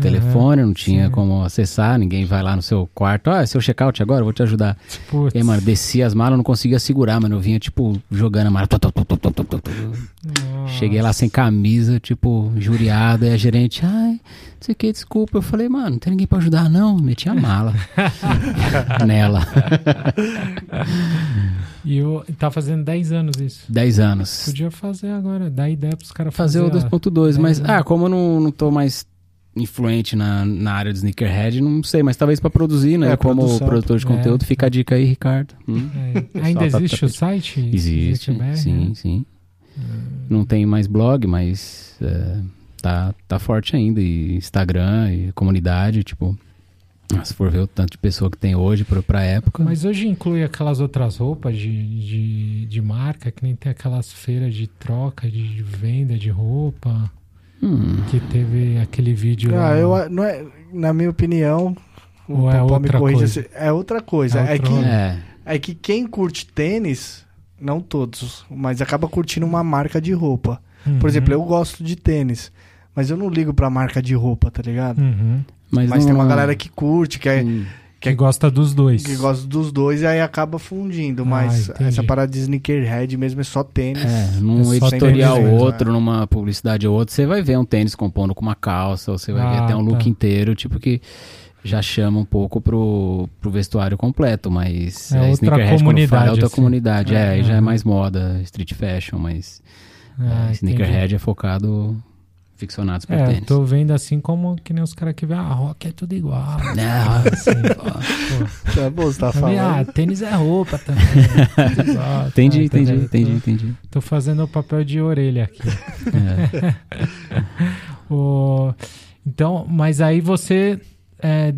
telefone, não tinha
Sim.
como acessar, ninguém vai lá no seu quarto, ah, é seu check-out agora, eu vou te ajudar.
Putz.
E aí, mano, descia as malas, eu não conseguia segurar, mano, eu vinha, tipo, jogando a mala. tu, tu, tu, tu, tu, tu, tu, tu.
Nossa.
Cheguei lá sem camisa, tipo, juriada, e a gerente, ai, não sei o que, desculpa. Eu falei, mano, não tem ninguém pra ajudar, não. Meti a mala nela.
E eu, tá fazendo 10 anos isso.
10 anos.
Podia fazer agora, dar ideia pros caras
Fazer o
fazer a-
2.2, mas,
É.
ah, como eu não, não tô mais influente na, na área de sneakerhead, não sei, mas talvez pra produzir, né?
É,
como
produção.
produtor de
É.
conteúdo, fica a dica aí, Ricardo. Hum.
É. Ainda
Só tá-
existe
tá-
o site? né? É.
Existe,
ZQBR?
sim, sim. Não tem mais blog, mas é, tá, tá forte ainda. E Instagram e comunidade, tipo. Se for ver o tanto de pessoa que tem hoje pra, pra época.
Mas hoje inclui aquelas outras roupas de, de, de marca, que nem tem aquelas feiras de troca, de venda de roupa,
Hum,
que teve aquele vídeo lá.
Ah, eu, a- não é, na minha opinião, o
Ou é
Popó
outra coisa?
se- é outra coisa.
É
É,
outro
que,
rolê.
é.
é que quem curte tênis, não todos, mas acaba curtindo uma marca de roupa.
Uhum.
Por exemplo, eu gosto de tênis, mas eu não ligo pra marca de roupa, tá ligado?
Uhum.
Mas,
Mas
não-
tem uma galera que curte, que, é,
Hum.
Que gosta dos dois.
que gosta dos dois e aí acaba fundindo.
Ah,
Mas
entendi.
essa parada de sneakerhead mesmo é só tênis.
É,
É
num
só
editorial
tênis, né?
outro, numa publicidade ou outra, você vai ver um tênis compondo com uma calça, ou você vai ver
Ah,
até um look
tá.
inteiro, tipo que já chama um pouco pro, pro vestuário completo, mas
É
a
outra
sneakerhead, quando
comunidade,
fala, é outra
assim.
comunidade, é,
É,
aí já é
aham.
mais moda, street fashion, mas
Ah,
é,
entendi.
sneakerhead é focado ficcionados por
É, eu
tênis.
tô vendo assim como que nem os caras que vê, ah, rock é tudo igual.
Não,
Assim,
Tá bom, você tá
pô. Também, ah,
falando.
tênis é roupa também. é tudo igual,
entendi,
tá, tá,
entendi,
tá,
entendi, entendi.
Tô, tô fazendo o papel de orelha aqui.
É.
O- Então, mas aí você é,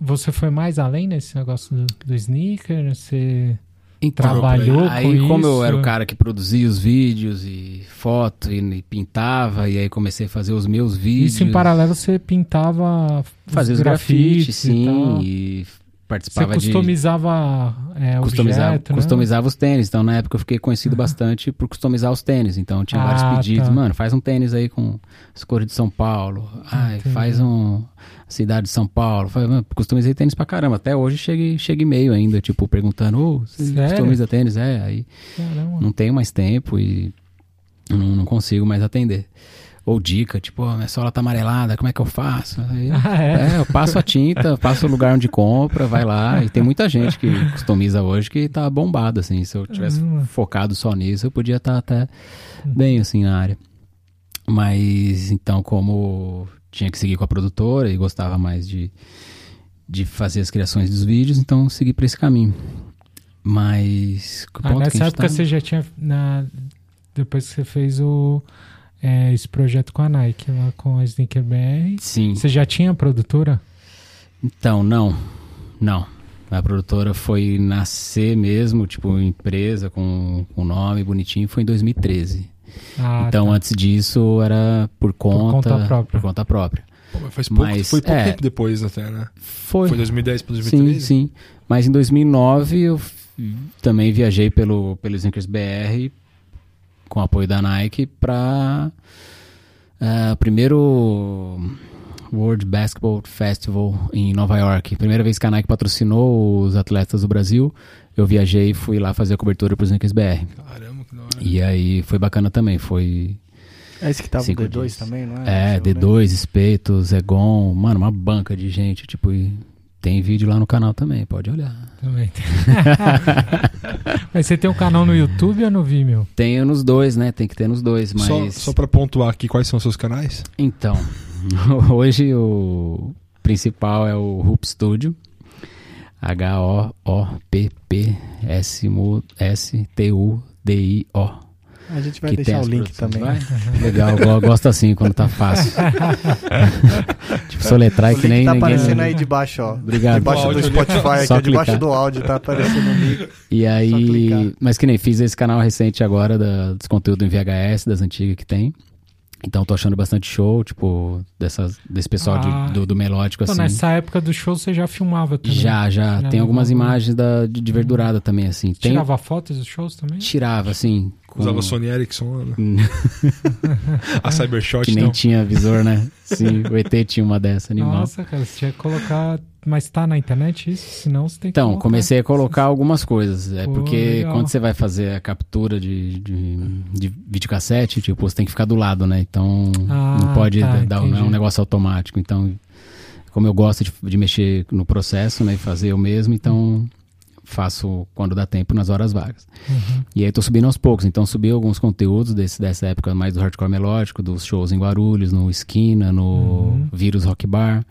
você foi mais além nesse negócio do, do sneaker? Você
Então,
Trabalhou
aí,
com
como
Tá isso?
eu era o cara que produzia os vídeos e foto e, e pintava, e aí comecei a fazer os meus vídeos.
isso em paralelo você pintava
Fazer os grafites, sim, e,
Você
participava de.
customizava é,
Customizava,
objeto, né?
customizava os tênis. Então, na época, eu fiquei conhecido bastante por customizar os tênis. Então, tinha vários
Ah,
pedidos.
tá.
Mano, faz um tênis aí com as cores de São Paulo. Ai,
Entendi.
faz um. Cidade de São Paulo. Faz- mano, customizei tênis pra caramba. Até hoje chega, chega e-mail ainda, tipo, perguntando: Ô, você
Sério?
customiza tênis? É, aí
Caramba.
não tenho mais tempo e não, não consigo mais atender. Ou dica, tipo, ó, minha sola tá amarelada, como é que eu faço? Aí,
Ah, é?
é, eu passo a tinta, passo o lugar onde compra, vai lá. E tem muita gente que customiza hoje que tá bombado, assim. Se eu tivesse
Caramba.
focado só nisso, eu podia estar até bem, assim, na área. Mas, então, como tinha que seguir com a produtora e gostava mais de, de fazer as criações dos vídeos, então eu segui pra esse caminho. Mas... que
Ah,
ponto que
nessa
a gente
época
tá?
você já tinha. na- depois que você fez o, é, esse projeto com a Nike, lá com a Sneaker BR,
Sim.
você já tinha produtora?
Então, não. Não. A produtora foi nascer mesmo, tipo, empresa com o nome bonitinho, foi em 2013.
Ah,
então,
tá.
antes disso, era por conta,
conta própria.
Por conta própria.
Pô, mas faz pouco,
Mas,
foi pouco
é.
tempo depois até, né?
Foi.
Foi 2010 pra
sim,
2013?
sim. Mas em 2009, eu f- também viajei pelo, pelo Snickers BR, com apoio da Nike, para o primeiro World Basketball Festival em Nova York. Primeira vez que a Nike patrocinou os atletas do Brasil, eu viajei e fui lá fazer a cobertura para o Snickers BR.
Caramba, que da hora.
E aí foi bacana também, foi
É esse que tava o
Cinco
D2
dias.
também, não é?
É,
Esse eu
D2, Espeto, Zegon, mano, uma banca de gente, tipo, e tem vídeo lá no canal também, pode olhar.
Também tem. Mas você tem um canal no YouTube ou no Vimeo?
Tem nos dois, né? Tem que ter nos dois, mas.
Só, só pra pontuar aqui quais são os seus canais.
Então, hoje o principal é o Hoop Studio. H-O-O-P-P-S-M-U-S-T-U-D-I-O.
lembro. A gente vai
que
deixar
tem
o
as
link
produções,
também. né?
vai? Legal, eu gosto assim quando tá fácil. tipo, soletrar é
o
que
link
nem
tá
ninguém.
aparecendo aí de baixo, ó.
Obrigado.
Debaixo do
Áudio ali.
Spotify,
Só
aqui, debaixo
clicar.
do áudio, tá aparecendo o link.
E
clicar.
aí, mas que nem fiz esse canal recente agora da, dos conteúdos em VHS, das antigas que tem. Então tô achando bastante show, tipo, dessas, desse pessoal de-
Ah.
do, do melódico,
Então,
assim.
nessa época do show você já filmava também?
Já, já.
Já
Tem
não
algumas
vou-
imagens da, de, de verdurada também, assim. Tem,
Tirava fotos dos shows também?
tirava, assim. com-
Usava Sony Ericsson, né? a Cybershot,
que nem
não.
tinha visor, né? Sim, o ET tinha uma dessa, animal.
Nossa, cara, você tinha que colocar. Mas tá na internet isso? Senão você tem que.
Então,
colocar.
comecei a colocar algumas coisas. É
Pô,
porque
legal.
quando você vai fazer a captura de, de, de videocassete, tipo, você tem que ficar do lado, né? Então,
Ah,
não pode
tá,
dar- dar um, é um
entendi.
negócio automático. Então, como eu gosto de, de mexer no processo, né? E fazer eu mesmo, então faço quando dá tempo nas horas vagas.
Uhum.
E aí tô subindo aos poucos. Então subi alguns conteúdos desse, dessa época mais do hardcore melódico, dos shows em Guarulhos, no Esquina, no
Uhum.
Vírus Rock Bar.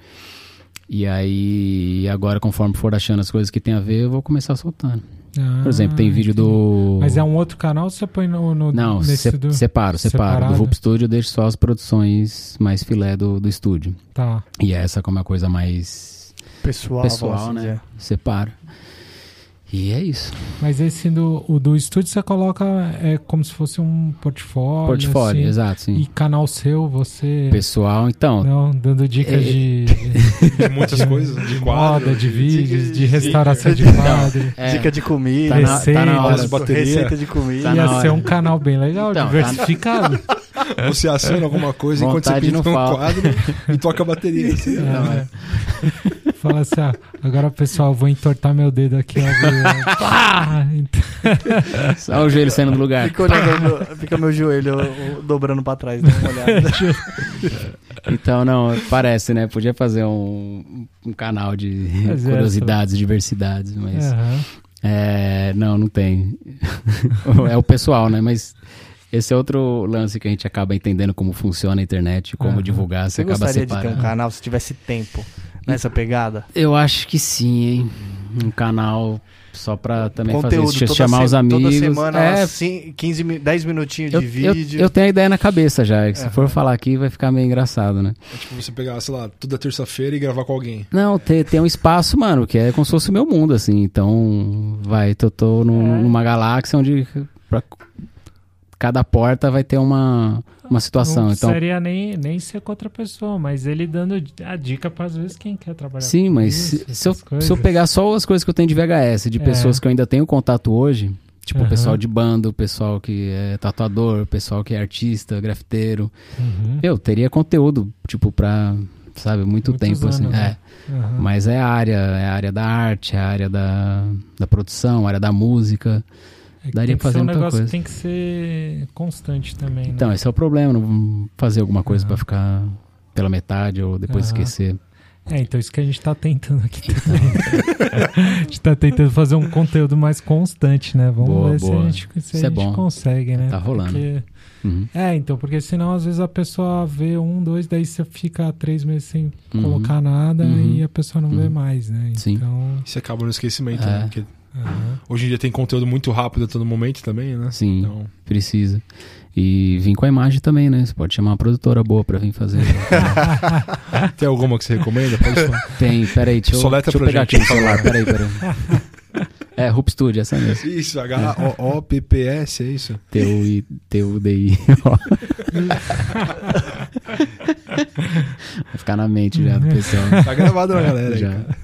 E aí, agora, conforme for achando as coisas que tem a ver, eu vou começar soltando. Por
Ah,
exemplo, tem vídeo
entendi.
do.
Mas é um outro canal ou você põe no. no
Não,
nesse
se-
do...
separo, separo.
Separado.
Do Hoop Studio eu deixo só as produções mais filé do, do estúdio.
Tá.
E essa, como é uma coisa mais
Pessoal,
pessoal,
vamos
né?
dizer.
Separa. E é isso.
Mas esse do, o do estúdio você coloca é como se fosse um portfólio.
Portfólio,
assim,
exato, sim.
E canal seu, você.
Pessoal, então,
Não, dando dicas
É,
de,
De muitas coisas, de
de
quadro.
moda, de vídeos, de
de-
restauração de quadro.
é,
Dica de comida,
tá, na, tá na hora.
Receitas. bateria.
receita de comida.
Tá na
Ia ser
hora.
um canal bem legal,
Então, tá-
diversificado.
Você assina alguma coisa enquanto você
Vontade
pinta um
não falta.
quadro e toca a bateria. assim.
Não,
É. Fala assim, ó, agora pessoal, eu vou entortar meu dedo aqui. Ó, viu?
É
Pá! Então,
Só o joelho saindo do lugar.
Fica, olhando meu- fica meu joelho ó, dobrando pra trás, dá uma olhada.
Então, não, parece, né? Podia fazer um, um canal de
Mas é,
curiosidades, diversidades, mas.
então, aham.
É, não, não tem. é o pessoal, né? Mas esse é outro lance que a gente acaba entendendo como funciona a internet, como
Aham.
divulgar, você
Você
acaba
gostaria de ter um
separando.
canal se tivesse tempo nessa pegada?
Eu acho que sim, hein? Um canal só pra também fazer isso,
toda
chamar os
se-
amigos.
Toda semana,
é,
umas cin- 15, mi- 10 minutinhos de
eu, eu,
vídeo. É.
eu tenho a ideia na cabeça já, que se
Aham.
for falar aqui vai ficar meio engraçado, né?
É tipo você pegar, sei lá, toda terça-feira e gravar com alguém.
Não, tem, tem um espaço, mano, que é como se fosse o meu mundo, assim. Então, vai, tô, tô
É.
num- numa galáxia onde pra cada porta vai ter uma, uma situação.
não
Então,
precisaria nem, nem ser com outra pessoa, mas ele dando a dica pra, às vezes, quem quer trabalhar
sim,
com
mas
isso,
se, se eu,
essas coisas.
se eu pegar só as coisas que eu tenho de VHS, de
É.
pessoas que eu ainda tenho contato hoje, tipo o
Aham.
pessoal de banda, o pessoal que é tatuador, o pessoal que é artista, grafiteiro,
Uhum,
eu teria conteúdo, tipo, pra, sabe, muito
Muitos
tempo, assim.
anos,
é.
né? aham.
Mas é a área, é a área da arte, é a área da, da produção, a área da música.
É que
daria
tem que
pra fazer
ser um
muita
negócio
coisa.
que tem que ser constante também, né?
Então, esse é o problema, não fazer alguma coisa
Aham.
pra ficar pela metade ou depois
Aham.
esquecer.
É, então isso que a gente tá tentando aqui também. a gente tá tentando fazer um conteúdo mais constante, né? Vamos
Boa,
ver se
boa.
a gente, se
Isso
a
é
gente
bom.
consegue, né?
Tá rolando.
Porque-
Uhum.
É, então, porque senão às vezes a pessoa vê um, dois, daí você fica três meses sem
Uhum.
colocar nada
Uhum.
e a pessoa não vê
Uhum.
mais, né?
Sim.
Então,
E você acaba no esquecimento,
É.
né? Porque
aham.
hoje em dia tem conteúdo muito rápido a todo momento também, né?
Sim,
Então,
precisa. E vim com a imagem também, né? Você pode chamar uma produtora boa pra vir fazer.
tem alguma que você recomenda? Pode falar.
Tem, peraí, deixa eu,
Soleta
deixa eu
pra
pegar
gente,
aqui no celular. Peraí, peraí. É, Hoop Studio, essa mesmo.
Isso, H-O-O-P-P-S, é isso?
T-U-I, T-U-D-I. Vai ficar na mente já
É.
do pessoal.
Tá gravado na galera. aí,
Já.
cara.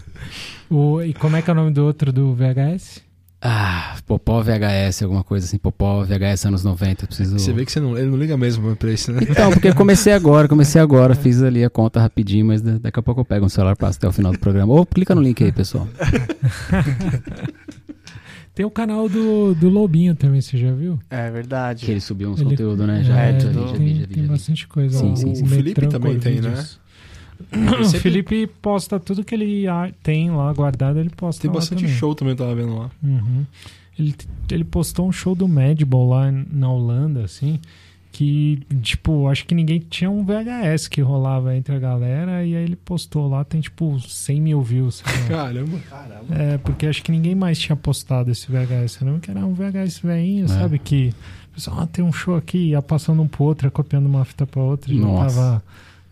O- e como é que é o nome do outro do VHS?
Ah, Popó VHS, alguma coisa assim, Popó VHS anos 90, eu preciso...
Você vê que você não, ele não liga mesmo pra isso, né?
Então, porque eu comecei agora, comecei agora, fiz ali a conta rapidinho, mas da- daqui a pouco eu pego um celular, passo até o final do programa. Ou clica no link aí, pessoal.
Tem o canal do, do Lobinho também, você já viu?
É verdade.
Que ele subiu uns
Ele-
conteúdos, né? Já,
é,
já,
tem,
vi, já vi, já vi,
tem
já vi.
bastante coisa.
Sim,
lá.
sim, sim.
O Felipe
Metranco
também tem, né?
Vídeos.
Eu
O
sempre-
Felipe posta tudo que ele ah, tem lá guardado, ele posta
Tem
lá
bastante
também.
show também, eu tava vendo lá.
Uhum. Ele, ele postou um show do Madball lá na Holanda, assim, que, tipo, acho que ninguém tinha um VHS que rolava entre a galera, e aí ele postou lá, tem, tipo, 100 mil views. sei lá.
Caramba.
é, porque acho que ninguém mais tinha postado esse VHS. Eu lembro que era um VHS veinho,
É.
sabe, que... o Pessoal, ah, tem um show aqui, ia passando um pro outro, ia copiando uma fita pra outra, e já
Nossa.
tava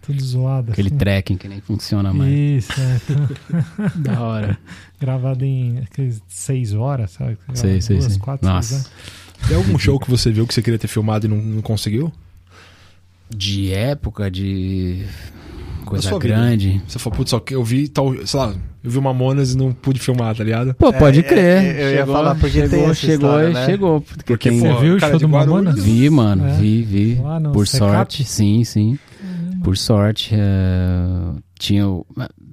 tudo zoado.
Aquele
assim.
tracking que nem funciona mais.
Isso, é.
Da hora.
gravado em aqueles seis horas, sabe? Grava
Sei, sei,
duas,
sei.
quatro, né? seis
Nossa.
horas.
Tem algum show que você viu que você queria ter filmado e não, não conseguiu?
De época, de coisa
sua vida.
grande...
Você falou, putz, só que eu vi tal, sei lá, eu vi Mamonas e não pude filmar, tá ligado?
Pô, pode
é,
crer.
é, eu ia falar porque
chegou,
tem essa
chegou,
história,
e
né?
chegou. Porque,
Porque,
tem...
pô,
Você viu o
cara
show
de
do
Guarulhos.
Mamonas?
Vi, mano,
É.
vi, vi.
Lá no
Por
Secap?
sorte, sim, sim. Por sorte, eh, tinha. o-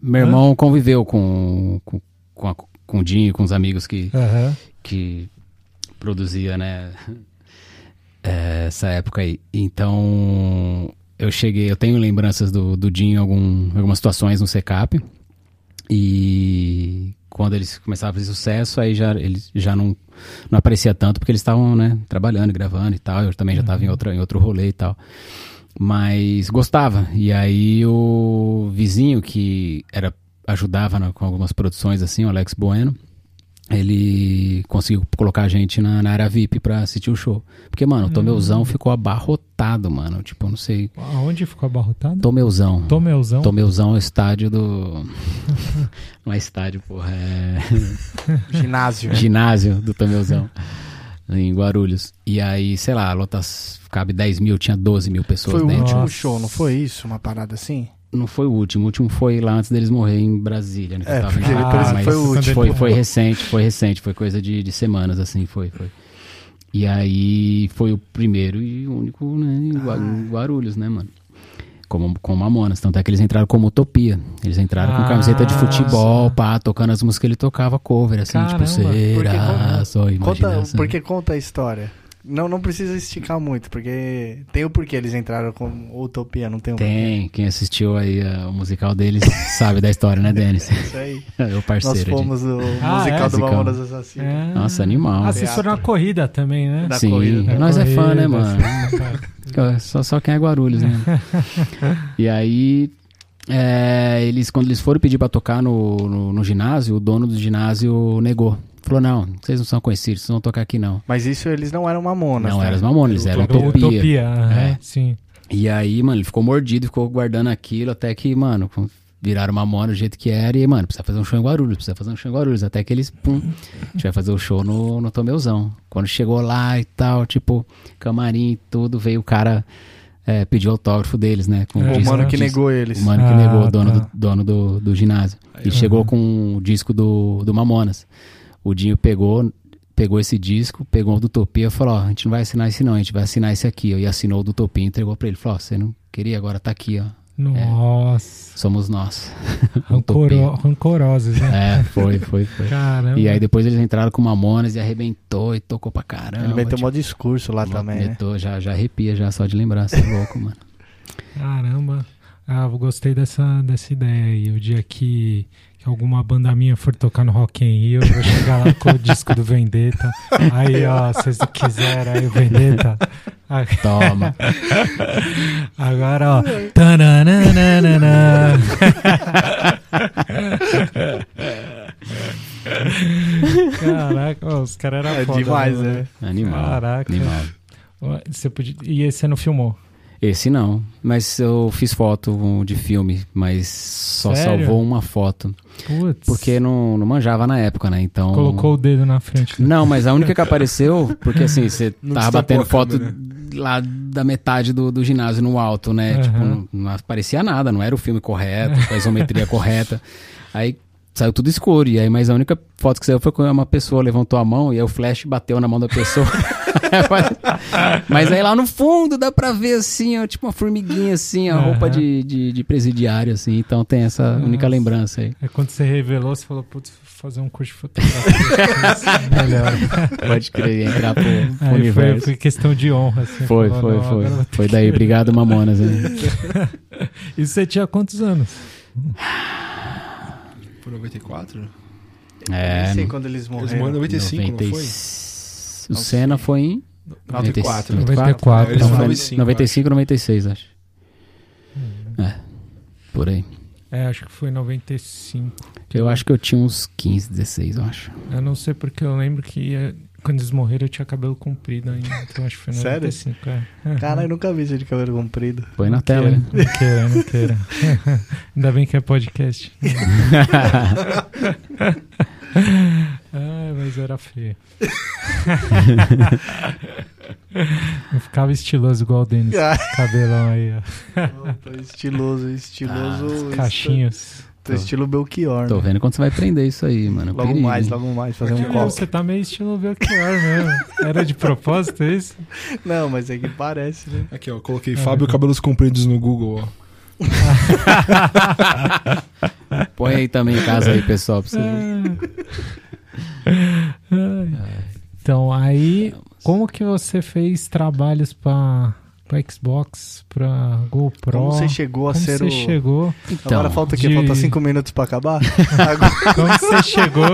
Meu irmão conviveu com, com, com, a- com o Dinho, com os amigos que,
Aham.
que produzia, né? eh, Essa época aí. Então, eu cheguei, eu tenho lembranças do, do Dinho em algum- algumas situações no Secap. E quando eles começaram a fazer sucesso, aí já, eles já não, não aparecia tanto, porque eles estavam, né, trabalhando, gravando e tal. Eu também já estava em, outra, em outro rolê e tal. Mas gostava. E aí o vizinho que era ajudava na- com algumas produções, assim, o Alex Bueno, ele conseguiu colocar a gente na, na área VIP pra assistir o show. Porque, mano,
Hum.
o Tomeuzão ficou abarrotado, mano. Tipo, eu não sei.
Aonde ficou abarrotado?
Tomeuzão.
Tomeuzão.
Tomeuzão é o estádio do. não é estádio, porra. É.
Ginásio.
ginásio do Tomeuzão. Em Guarulhos. E aí, sei lá, lotas cabe 10 mil, tinha 12 mil pessoas né?
Foi o
dentro.
último
Nossa.
show, não foi isso? Uma parada assim?
Não foi o último, o último foi lá antes deles morrer em Brasília, né? que
É,
eu tava em
porque
ele
lá,
parece que
mas
foi o último.
Foi, foi recente, foi recente, foi coisa de, de semanas, assim, foi, foi. E aí foi o primeiro e único, né, em
Ah.
Gua- em Guarulhos, né, mano? Como, com Mamonas, tanto é que eles entraram como Utopia. Eles entraram com
Ah,
camiseta de futebol,
nossa.
pá, tocando as músicas que ele tocava cover, assim,
Caramba,
tipo, será,
porque-
só
né? Conta,
imaginação.
porque conta a história. Não, não precisa esticar muito, porque tem o porquê eles entraram com Utopia, não tem um o porquê.
Tem, quem assistiu aí ah, o musical deles sabe da história, né, Denis?
Isso aí.
É o
Nós
parceiro. de-
fomos o
Ah,
musical
é?
do Mamonas Assassino.
É.
Nossa, animal.
Ah, vocês
Teatro.
foram na corrida também, né?
Da
Sim,
corrida, né?
nós é fã, né, mano?
mano?
Fica- Só, só quem é Guarulhos, né? e aí, é, eles, quando eles foram pedir pra tocar no, no, no ginásio, o dono do ginásio negou. Falou, não, vocês não são conhecidos, vocês não vão tocar aqui, não.
Mas isso eles não eram Mamonas,
não,
né?
eram os Mamonas, eles eram
Utopia.
Utopia.
Utopia, aham,
É.
sim.
E aí, mano, ele ficou mordido, ficou guardando aquilo até que, mano, viraram Mamona do jeito que era. E, mano, precisa fazer um show em Guarulhos, precisa fazer um show em Guarulhos. Até que eles, pum, a gente vai fazer o show no, no Tomeuzão. Quando chegou lá e tal, tipo, camarim e tudo, veio o cara, é, pediu autógrafo deles, né? Com
É,
O
disco-
mano que
disco-
negou eles.
o mano que
Ah,
negou, o dono,
tá.
do, dono do, do ginásio.
Aí,
E chegou com o disco do, do Mamonas. O Dinho pegou, pegou esse disco, pegou o do Utopia e falou: Ó, a gente não vai assinar esse, não, a gente vai assinar esse aqui. ó. E assinou o do Utopia e entregou pra ele. Falou: Ó, você não queria, agora tá aqui, ó.
Nossa,
Somos nós.
rancoro,
Utopia.
rancorosos, né?
É, foi, foi, foi.
Caramba.
E aí depois eles entraram com o Mamonas e arrebentou e tocou pra caramba.
Ele vai ter um
tipo,
maior discurso lá também, né?
arrebentou, já, já arrepia, já só de lembrar, você é louco, mano.
Caramba. Ah, eu gostei dessa, dessa ideia aí. O dia que, que alguma banda minha for tocar no Rock in Rio, eu vou chegar lá com o disco do Vendetta. Aí, ó, se vocês quiserem, aí o Vendetta. Ah,
Toma.
Agora, ó. Tananana. Caraca, ó, os caras eram
É
foda,
demais, né?
Animal.
Caraca.
Animal.
Você podia... E esse você não filmou?
Esse não, mas eu fiz foto de filme, mas só
Sério?
salvou uma foto.
Putz.
Porque não, não manjava na época, né? Então.
Colocou o dedo na frente. né?
Não, mas a única que apareceu, porque assim, você
Não destacou
tava batendo
a
foto
câmera.
lá da metade do, do ginásio no alto, né?
Aham.
Tipo, não, não aparecia nada, não era o filme correto, com a isometria correta. Aí saiu tudo escuro, e aí, mas a única foto que saiu foi quando uma pessoa levantou a mão e aí o flash bateu na mão da pessoa. mas aí lá no fundo dá pra ver assim, ó, tipo uma formiguinha assim, a
Aham.
roupa de, de, de presidiário, assim, então tem essa única
Nossa.
lembrança aí.
É quando você revelou, você falou, putz, vou fazer um curso de fotografia. Melhor.
Pode crer, entrar pro, pro
Aí foi,
É, universo.
foi questão de honra. Assim,
Foi,
falou,
foi,
"Não, agora eu vou
foi.
ter
Foi
que-"
daí, obrigado, Mamonas. Hein?
E você tinha quantos anos?
Foi 94? Eles
É,
Nem sei quando eles
morreram em
morreram.
95,
90 e-
não foi?
O Senna foi em
94.
94.
Eles
Então,
foram em
né?
95,
95, 96, acho.
Hum.
É, por aí.
É, acho que foi 95.
Eu acho que eu tinha uns 15, 16, eu acho.
Eu não sei porque eu lembro que eh, quando eles morreram eu tinha cabelo comprido ainda. Então acho que foi
Sério?
95. É.
Caralho, nunca vi isso de cabelo comprido.
Foi na tela, né?
Não queira, não queira. Ainda bem que é podcast. Ai, mas era feio. Não ficava estiloso igual o Denis.
Ah,
Cabelão aí, ó.
tô estiloso, estiloso.
Cachinhos.
Tô estilo Belchior. né?
Tô vendo quando você vai prender isso aí, mano.
Logo
Perigo,
mais,
hein?
logo mais, fazer
Meu,
um copo.
Você tá meio estilo Belchior mesmo. Era de propósito é isso?
Não, mas é que parece, né?
Aqui, ó, eu coloquei
É
Fábio Cabelos Compridos no Google, ó.
Põe aí também em casa aí, pessoal,
É.
pra você ver.
Ai. Então, aí, como que você fez trabalhos pra, pra Xbox, pra GoPro?
Como você chegou a
Como
ser
você
o.
chegou?
Então,
Agora falta o quê?
de-
Falta cinco minutos pra acabar? Agora-
Como você chegou?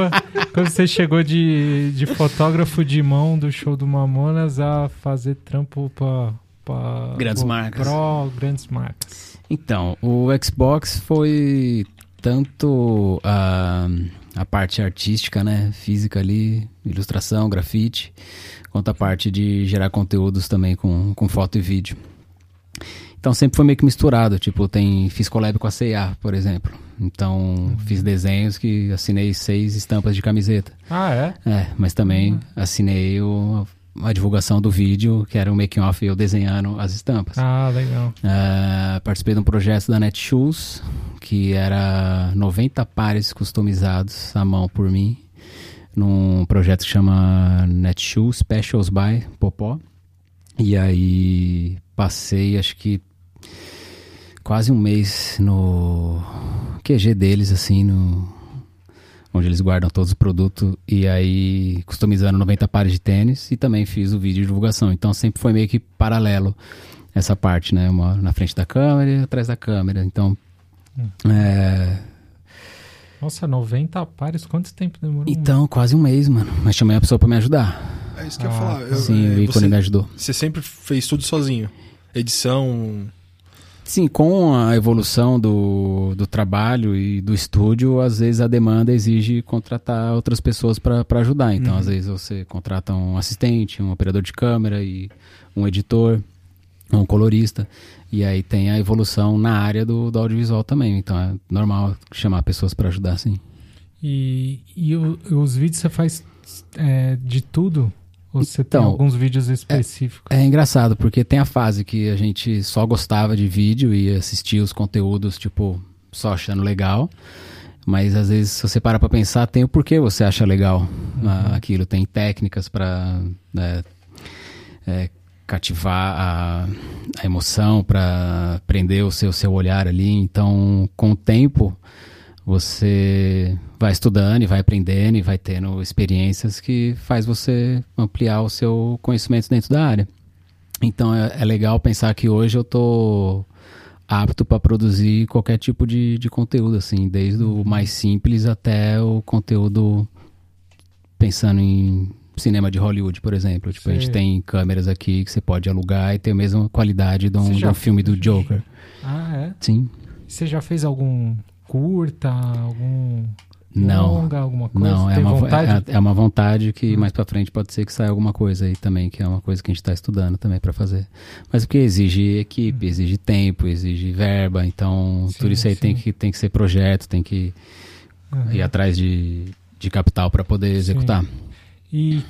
Como você chegou de, de fotógrafo de mão do show do Mamonas a fazer trampo pra, pra
Grandes
GoPro,
marcas.
grandes marcas.
Então, o Xbox foi tanto ah, a parte artística, né? Física ali, ilustração, grafite, quanto a parte de gerar conteúdos também com, com foto e vídeo. Então sempre foi meio que misturado, tipo, tem, fiz collab com a C&A, por exemplo. Então fiz desenhos que assinei seis estampas de camiseta.
Ah, é?
É, mas também assinei o- a divulgação do vídeo, que era um making-off eu desenhando as estampas.
Ah, legal.
Ah, participei de um projeto da Netshoes, que era 90 pares customizados à mão por mim, num projeto que chama Netshoes Specials by Popó. E aí passei, acho que quase um mês no QG deles, assim, no onde eles guardam todos os produtos e aí customizando 90 pares de tênis e também fiz o vídeo de divulgação. Então sempre foi meio que paralelo essa parte, né? Uma na frente da câmera e atrás da câmera. Então,
Hum.
é,
Nossa, 90 pares, quanto tempo demorou?
então quase um mês, mano. Mas chamei a pessoa pra me ajudar.
É isso que eu
Ah,
ia falar. Eu-
tá. Sim,
é,
o ícone
você,
me ajudou.
você sempre fez tudo sozinho. Edição.
Sim, com a evolução do, do trabalho e do estúdio, às vezes a demanda exige contratar outras pessoas para ajudar. Então,
Uhum.
às vezes você contrata um assistente, um operador de câmera e um editor, um colorista. E aí tem a evolução na área do, do audiovisual também. Então é normal chamar pessoas para ajudar, sim.
E, e o- os vídeos você faz é, de tudo? Ou você tem
Então,
alguns vídeos específicos?
É engraçado, porque tem a fase que a gente só gostava de vídeo e assistia os conteúdos, tipo, só achando legal. Mas às vezes, se você para pra pensar, tem o porquê você acha legal ah, aquilo. Tem técnicas pra né, é, cativar a, a emoção, pra prender o seu, seu olhar ali. Então, com o tempo, você vai estudando e vai aprendendo e vai tendo experiências que faz você ampliar o seu conhecimento dentro da área. Então é, é legal pensar que hoje eu tô apto para produzir qualquer tipo de, de conteúdo, assim, desde o mais simples até o conteúdo pensando em cinema de Hollywood, por exemplo. Tipo, a gente
Sei.
tem câmeras aqui que você pode alugar e ter a mesma qualidade de um,
Você
de
já
um filme do Joker.
Ah, é?
Sim.
Você já fez algum curta, algum
Não.
longa, alguma coisa?
Não, é
Tem
uma, vo-
vontade? Hum.
é- é uma vontade que mais pra frente pode ser que saia alguma coisa aí também, que é uma coisa que a gente tá estudando também pra fazer. Mas porque exige equipe, exige tempo, exige verba, então
Hum. Sim,
tudo isso aí tem
sim. É.
que, tem que ser projeto, tem que
Aham.
ir atrás de, de capital pra poder executar.
E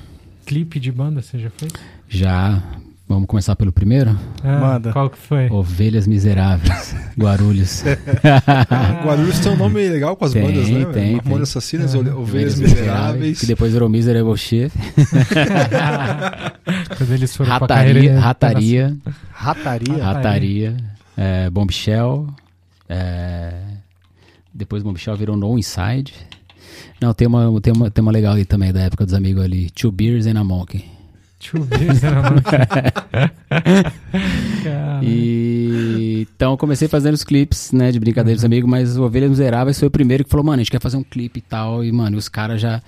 clipe de banda você já fez?
Já, vamos começar pelo primeiro?
Ah,
Manda.
Qual que foi?
Ovelhas Miseráveis, Guarulhos.
Guarulhos tem um nome legal com as
Ah. Tem,
bandas, né? velho?
tem,
Mamonas
tem.
Assassinas, Ole- Ovelhas Miseráveis.
Que depois virou Miserável Chef,
Quando eles foram pra
Rataria,
carreira tá
Rataria.
Rataria?
Rataria, é, Bombshell, é, depois Bombshell virou No Inside. Não, tem uma, tem, uma, tem uma legal aí também da época dos amigos ali, Two Beers and a Monkey.
Deixa eu ver se era nome.
E então comecei fazendo os clipes, né, de brincadeira dos
Uhum.
amigos, mas o Ovelhas Miseráveis foi o primeiro que falou, mano, a gente quer fazer um clipe e tal, e mano, os caras já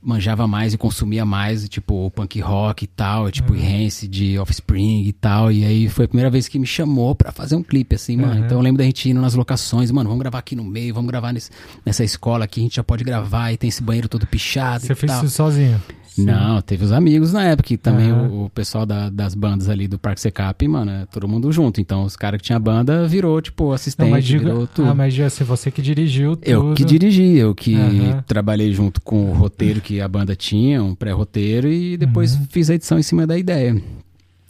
manjava mais e consumia mais, e, tipo, o punk rock e tal, e, tipo,
Uhum.
Hence de Offspring e tal, e aí foi a primeira vez que me chamou pra fazer um clipe, assim, mano,
Uhum.
então eu lembro da gente indo nas locações, mano, vamos gravar aqui no meio, vamos gravar nesse- nessa escola aqui, a gente já pode gravar, e tem esse banheiro todo pichado
Você
e
fez
tal.
isso sozinho?
tá. Não, teve os amigos na época, e também
Aham.
o, o pessoal da- das bandas ali do Parque Secap, mano, é todo mundo junto. Então os caras que tinham banda virou, tipo, assistente,
Não, mas digo,
virou tudo.
ah, mas já se você que dirigiu tudo.
Eu que dirigi, eu que
Aham.
trabalhei junto com o roteiro que a banda tinha, um pré-roteiro, e depois fiz a edição em cima da ideia.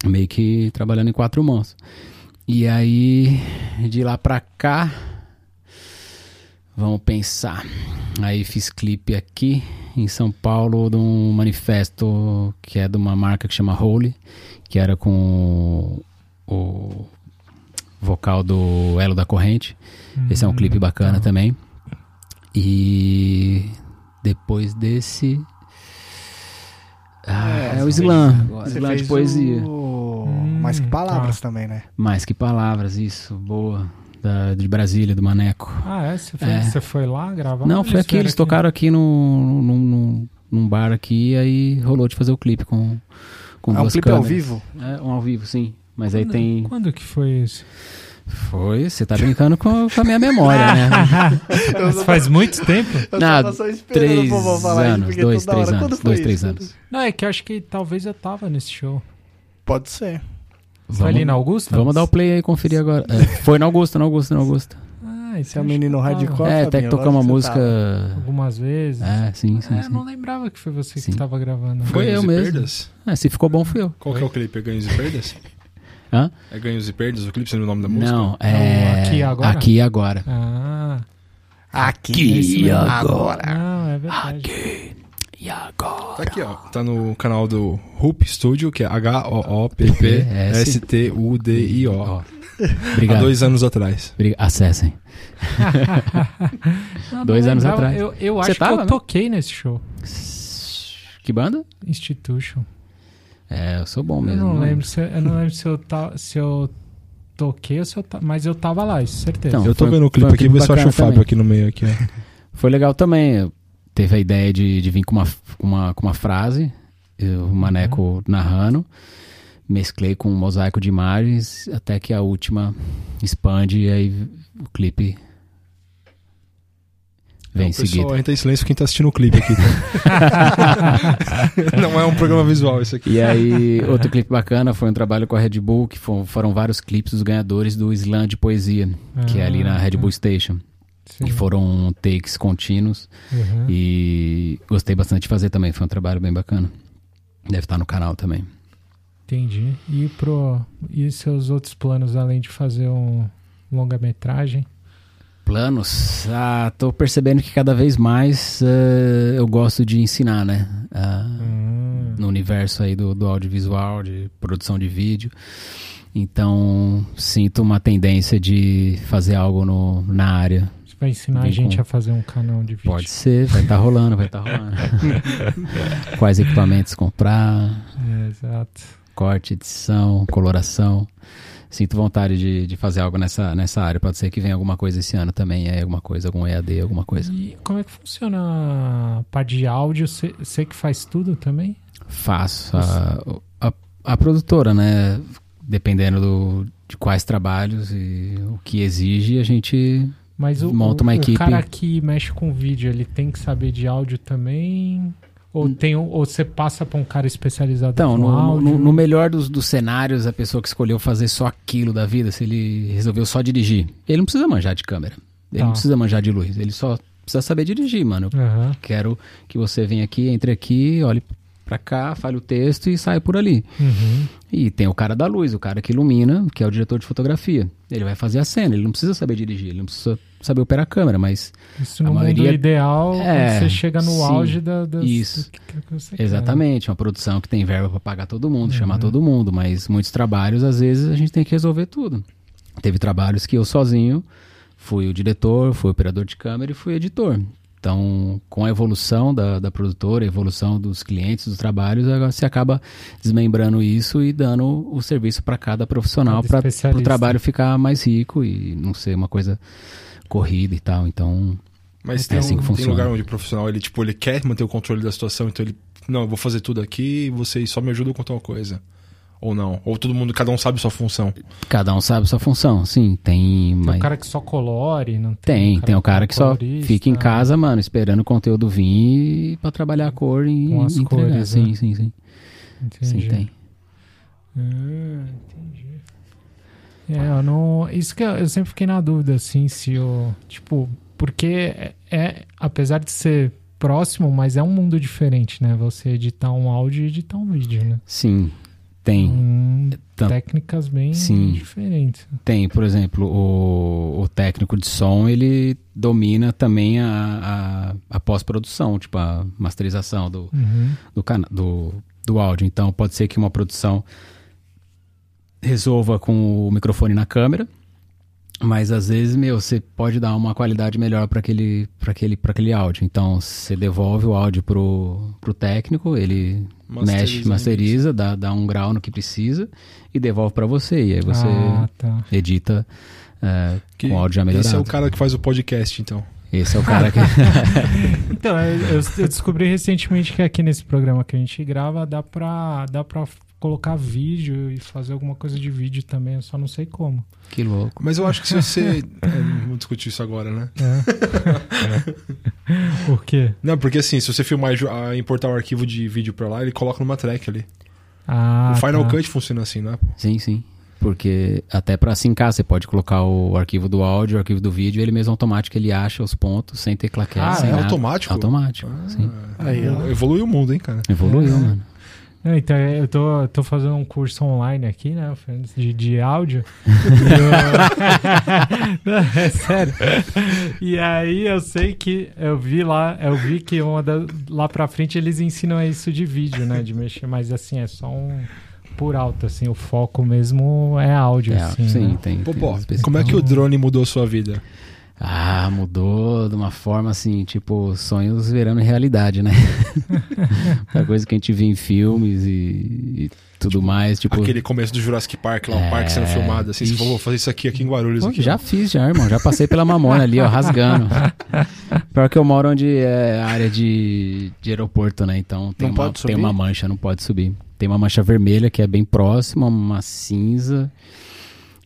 Meio que trabalhando em quatro mãos. E aí, de lá pra cá, vamos pensar. Aí fiz clipe aqui em São Paulo de um manifesto que é de uma marca que chama Holy, que era com o vocal do Elo da Corrente.
Uhum.
Esse
Hum,
é um clipe bacana também. E depois desse. Ah, é, o Islã. Islã de poesia.
O...
Hum,
Mais que palavras também, né?
Mais que palavras, isso, boa. Da- de Brasília, do Maneco.
Ah, é? Você foi,
É.
você foi lá gravar?
Não,
Ou
foi aqui,
vieram
eles tocaram aqui no, num- num- num bar aqui, e aí rolou de fazer o clipe com, com
é um
duas
clipe ao
câmeras.
vivo?
É, um ao vivo, sim. Mas aí
Quando-
tem.
Quando que foi isso?
Foi, você tá brincando com, com a minha memória, né?
Ah, Mas faz muito tempo?
Eu
Não,
tava só esperando o
Três
povo falar isso,
anos,
porque
dois,
toda
três
hora. Quando
anos,
foi
dois,
isso?
três anos.
Não, é que eu acho que talvez eu tava nesse show.
Pode ser.
foi ali
Vamos-
na Augusta?
Vamos dar o play aí e conferir agora. É, foi na Augusta, na Augusta, na Augusta.
Ah,
Você
esse
é um menino hardcore.
É, até que
Fabinho,
tocar uma
lógico que você tava.
música.
Algumas vezes.
É, sim, sim,
Ah, eu não
sim.
lembrava que foi você
Sim.
que tava gravando.
Foi
Ganhos
eu
e
mesmo.
Perdas?
É, se ficou bom, fui eu.
Qual que é o clipe? É Ganhos e Perdas?
Hã?
É Ganhos e Perdas? O clipe seria o nome da música?
Não, é.
Aqui e Agora?
Aqui e agora.
Ah, é
Aqui e agora.
não, é verdade.
E agora.
Tá aqui, ó. Tá no canal do Hoop Studio, que é H-O-O-P-P-S-T-U-D-I-O.
Ó. Obrigado.
Há dois anos atrás.
Briga- Acessem.
Ah,
Dois
não
anos
lembrava.
atrás.
Eu, eu
Você
acho
tava,
que eu
né?
toquei nesse show.
Que banda?
Institution.
É, eu sou bom mesmo.
eu não
né?
lembro se eu, eu não lembro se eu, ta- se eu toquei ou se eu ta- mas eu tava lá, isso certeza.
Então.
Eu tô
Foi-
vendo o clipe
foi um
aqui,
clipe
vê se eu acho o
bacana
Fábio
também.
aqui no meio. Aqui, ó.
Foi legal também. eu- Teve a ideia de, de vir com uma, com uma, com uma frase, eu, o Maneco narrando. Mesclei com um mosaico de imagens, até que a última expande e aí o clipe vem
o Então,
em
pessoal
seguida.
entra em silêncio quem tá assistindo o clipe aqui. tá? não é um programa visual isso aqui.
E aí, outro clipe bacana foi um trabalho com a Red Bull, que fo- foram vários clipes dos ganhadores do Slam de Poesia, que é ali na Red Bull Station.
Ah, Sim.
E foram takes contínuos.
Uhum.
E gostei bastante de fazer também, foi um trabalho bem bacana. Deve estar no canal também.
Entendi. E, pro, e seus outros planos, além de fazer um longa-metragem?
Planos? Ah, tô percebendo que cada vez mais eh, eu gosto de ensinar, né? Ah,
Hum.
No universo aí do, do audiovisual, de produção de vídeo. Então, sinto uma tendência de fazer algo no, na área.
Você vai ensinar a
Vem
gente
com-
a fazer um canal de vídeo.
Pode ser, vai estar rolando, vai estar rolando. Quais equipamentos comprar,
É, exato.
corte, edição, coloração. Sinto vontade de, de fazer algo nessa, nessa área. Pode ser que venha alguma coisa esse ano também, é alguma coisa, algum EAD, alguma coisa.
E como é que funciona a parte de áudio? Você você que faz tudo também?
Faço a, a, a produtora, né? Dependendo do, de quais trabalhos e o que exige, a gente.
Mas o, o-
Monta uma
o
equipe.
cara que mexe com vídeo, ele tem que saber de áudio também?
Hum.
Ou, tem, um- ou você passa pra um cara especializado
Então,
com
no,
um áudio? né?
no, no melhor dos, dos cenários, a pessoa que escolheu fazer só aquilo da vida, se ele resolveu só dirigir, ele não precisa manjar de câmera. Ele
Tá.
não precisa manjar de luz. Ele só precisa saber dirigir, mano.
Aham.
Quero que você venha aqui, entre aqui, olhe pra cá, fale o texto e saia por ali.
Uhum.
E tem o cara da luz, o cara que ilumina, que é o diretor de fotografia. Ele vai fazer a cena, ele não precisa saber dirigir, ele não precisa saber operar a câmera, mas
Isso
A
no
maioria-
mundo ideal,
É,
quando você chega no
sim,
auge da, das, do
isso.
que, que você quer.
exatamente, uma produção que tem verba pra pagar todo
Uhum.
mundo, chamar todo mundo, mas muitos trabalhos às vezes a gente tem que resolver tudo. Teve trabalhos que eu sozinho fui o diretor, fui operador de câmera e fui editor. Então, com a evolução da, da produtora, a evolução dos clientes, dos trabalhos, agora você acaba desmembrando isso e dando o serviço para cada profissional,
Cada
para o
especialista.
trabalho ficar mais rico e não ser uma coisa corrida e tal. Então,
Mas
É
tem,
assim
um-
que
tem
funciona.
lugar onde o profissional ele, tipo, ele quer manter o controle da situação, então ele. Não, eu vou fazer tudo aqui e vocês só me ajudam com tal coisa. Ou não. Ou todo mundo, cada um sabe sua função.
cada um sabe sua função. Sim, tem.
Tem
mas-
o cara que só colore, não tem?
Tem, tem o cara que só
é colorista.
fica em casa, mano, esperando o conteúdo vir para trabalhar a cor e
Com as
entregar.
cores,
sim,
né?
sim, sim,
Entendi.
sim, tem.
Ah, entendi. É, eu não. Isso que eu, eu sempre fiquei na dúvida, assim, se eu. Tipo, porque é, é- Apesar de ser próximo, mas é um mundo diferente, né? Você editar um áudio e editar um vídeo, né?
Sim, tem.
Hum,
Tam-
técnicas bem
Sim.
diferentes.
Tem, por exemplo, o, o técnico de som, ele domina também a, a, a pós-produção, tipo a masterização do,
Uhum.
do, cana do, do áudio. Então, pode ser que uma produção resolva com o microfone na câmera, mas às vezes, meu, você pode dar uma qualidade melhor para aquele, pra aquele, pra aquele áudio. Então, você devolve o áudio pro, pro técnico, ele mexe,
Masteriza, né?
masteriza, dá, dá um grau no que precisa e devolve para você. E aí você
Ah, tá.
edita é,
Que-
com o áudio já melhorado.
Esse é o cara que faz o podcast, então.
Esse é o cara que...
Então, eu, eu- eu descobri recentemente que aqui nesse programa que a gente grava dá pra, dá pra colocar vídeo e fazer alguma coisa de vídeo também, eu só não sei como.
Que louco.
Mas eu acho que se você. é, vamos discutir isso agora, né?
Por quê?
Não, porque assim, se você filmar e ju- ah, importar o arquivo de vídeo pra lá, ele coloca numa track ali.
Ah,
o Final
tá.
Cut funciona assim, né?
Sim, sim. Porque até pra sincar, você pode colocar o arquivo do áudio, o arquivo do vídeo, ele mesmo automático ele acha os pontos sem ter claquete,
Ah,
sem
é
nada.
automático? Ah,
Automático, sim.
Aí, ó.
Evoluiu o mundo, hein, cara?
Evoluiu, mano.
Não, então, eu tô, eu tô fazendo um curso online aqui, né, Fernandes, de, de áudio. E eu- Não, é sério. E aí eu sei que eu vi lá, eu vi que uma da- lá pra frente eles ensinam isso de vídeo, né? De mexer, mas assim, é só um por alto, assim, o foco mesmo é áudio,
É,
assim.
sim,
né?
tem.
Pô,
tem
pô,
as pessoas-
como é que o drone mudou a sua vida?
Ah, mudou de uma forma assim, tipo, sonhos virando realidade, né? Uma coisa que a gente vê em filmes e, e tudo mais, tipo.
Aquele começo do Jurassic Park, lá, o
É,
parque sendo filmado, assim, se
ixi.
vou fazer isso aqui, aqui em Guarulhos.
Pô,
aqui,
já
ó.
fiz, já, irmão. Já passei pela mamona ali, ó, rasgando. Pior que eu moro onde é área de, de aeroporto, né? Então tem,
Não
uma,
pode
tem
subir?
uma mancha, não pode subir. Tem uma mancha vermelha que é bem próxima, uma cinza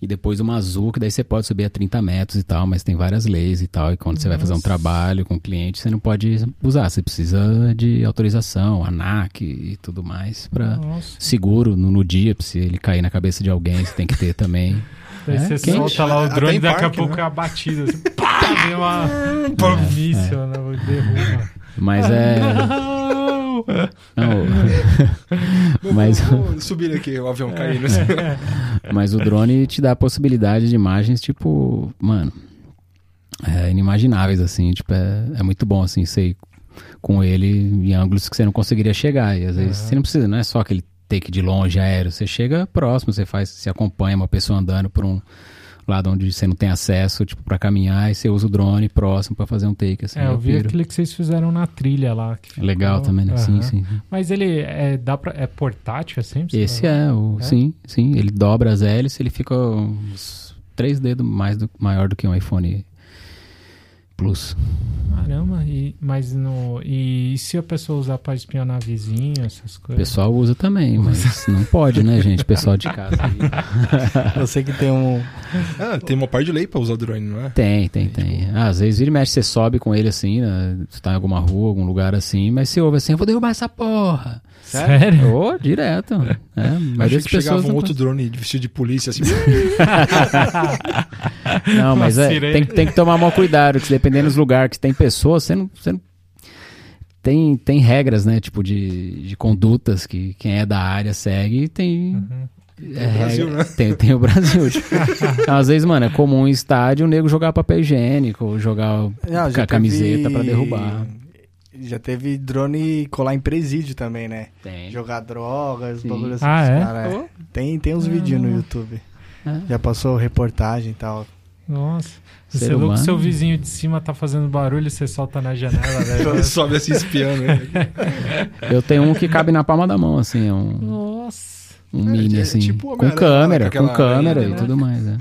e depois uma azul, que daí você pode subir a 30 metros e tal, mas tem várias leis e tal. E quando você vai fazer um trabalho com o cliente, você não pode usar, você precisa de autorização, ANAC e tudo mais pra.
Nossa,
Seguro no, no dia, se ele cair na cabeça de alguém, você tem que ter também.
daí
É,
você
quente.
solta lá o
Até
drone
Ah, tá em
e daqui
parque, né?
a pouco é abatido, assim, pá, vem uma,
É,
um míssil, né? Derruba.
Mas é.
Não!
Não,
Vou-
Mas-
vou- vou subir aqui, o avião caindo. assim.
mas o drone te dá a possibilidade de imagens, tipo, mano, é, inimagináveis, assim, tipo, é, é muito bom, assim, sei com ele em ângulos que você não conseguiria chegar. E às vezes você não precisa, não é só aquele take de longe aéreo, você chega próximo, você faz, você acompanha uma pessoa andando por um lado onde você não tem acesso, tipo, pra caminhar, e você usa o drone próximo pra fazer um take, assim.
É, eu vi
piro.
aquele que vocês fizeram na trilha lá. que ficou-
Legal também, né? Sim,
Aham.
sim, sim.
Mas ele é, dá pra, é portátil assim? Você-
Esse é o.
É?
Sim, sim. Ele dobra as hélices, ele fica uns três dedos mais do, maior do que um iPhone Plus.
Caramba, e, mas no, e, se a pessoa usar pra espionar vizinho, essas
O
coisas?
pessoal usa também, mas não pode, né, gente? Pessoal de casa.
Você que tem um.
Ah, tem uma parte de lei pra usar drone, não é?
Tem, tem, tem. Ah, às vezes vira e mexe, você sobe com ele assim, né? Você tá em alguma rua, algum lugar assim, mas você ouve assim, eu vou derrubar essa porra.
Sério?
Ô, direto. É, mas
Achei que chegava
as pessoas
um
não
outro drone vestido de polícia, assim,
Não, mas
Uma
é,
sirene.
tem, que- tem que tomar maior cuidado, que se dependendo dos lugares que tem pessoas, você não. Você não tem, tem regras, né? Tipo, de, de condutas que quem é da área segue e tem.
Uhum.
é,
Brasil,
regra-
né?
tem, tem o Brasil. tipo. Então, às vezes, mano, é comum em estádio o nego jogar papel higiênico, ou jogar
Não,
com a camiseta pra derrubar.
Já teve drone colar em presídio também, né?
Tem.
Jogar drogas,
Sim.
bagulho assim.
Ah,
pros
é?
caras, Tem, tem uns vídeos no YouTube.
É.
Já passou reportagem e tal.
Nossa.
Ser
Você é louco,
humano.
seu vizinho de cima tá fazendo barulho e você solta na janela, né? velho.
sobe assim espiando. né?
Eu tenho um que cabe na palma da mão, assim, é um,
Nossa,
um mini,
é
assim.
tipo
com
Homem-Aranha,
câmera,
aquela
com câmera e
aranha, né?
tudo mais, né?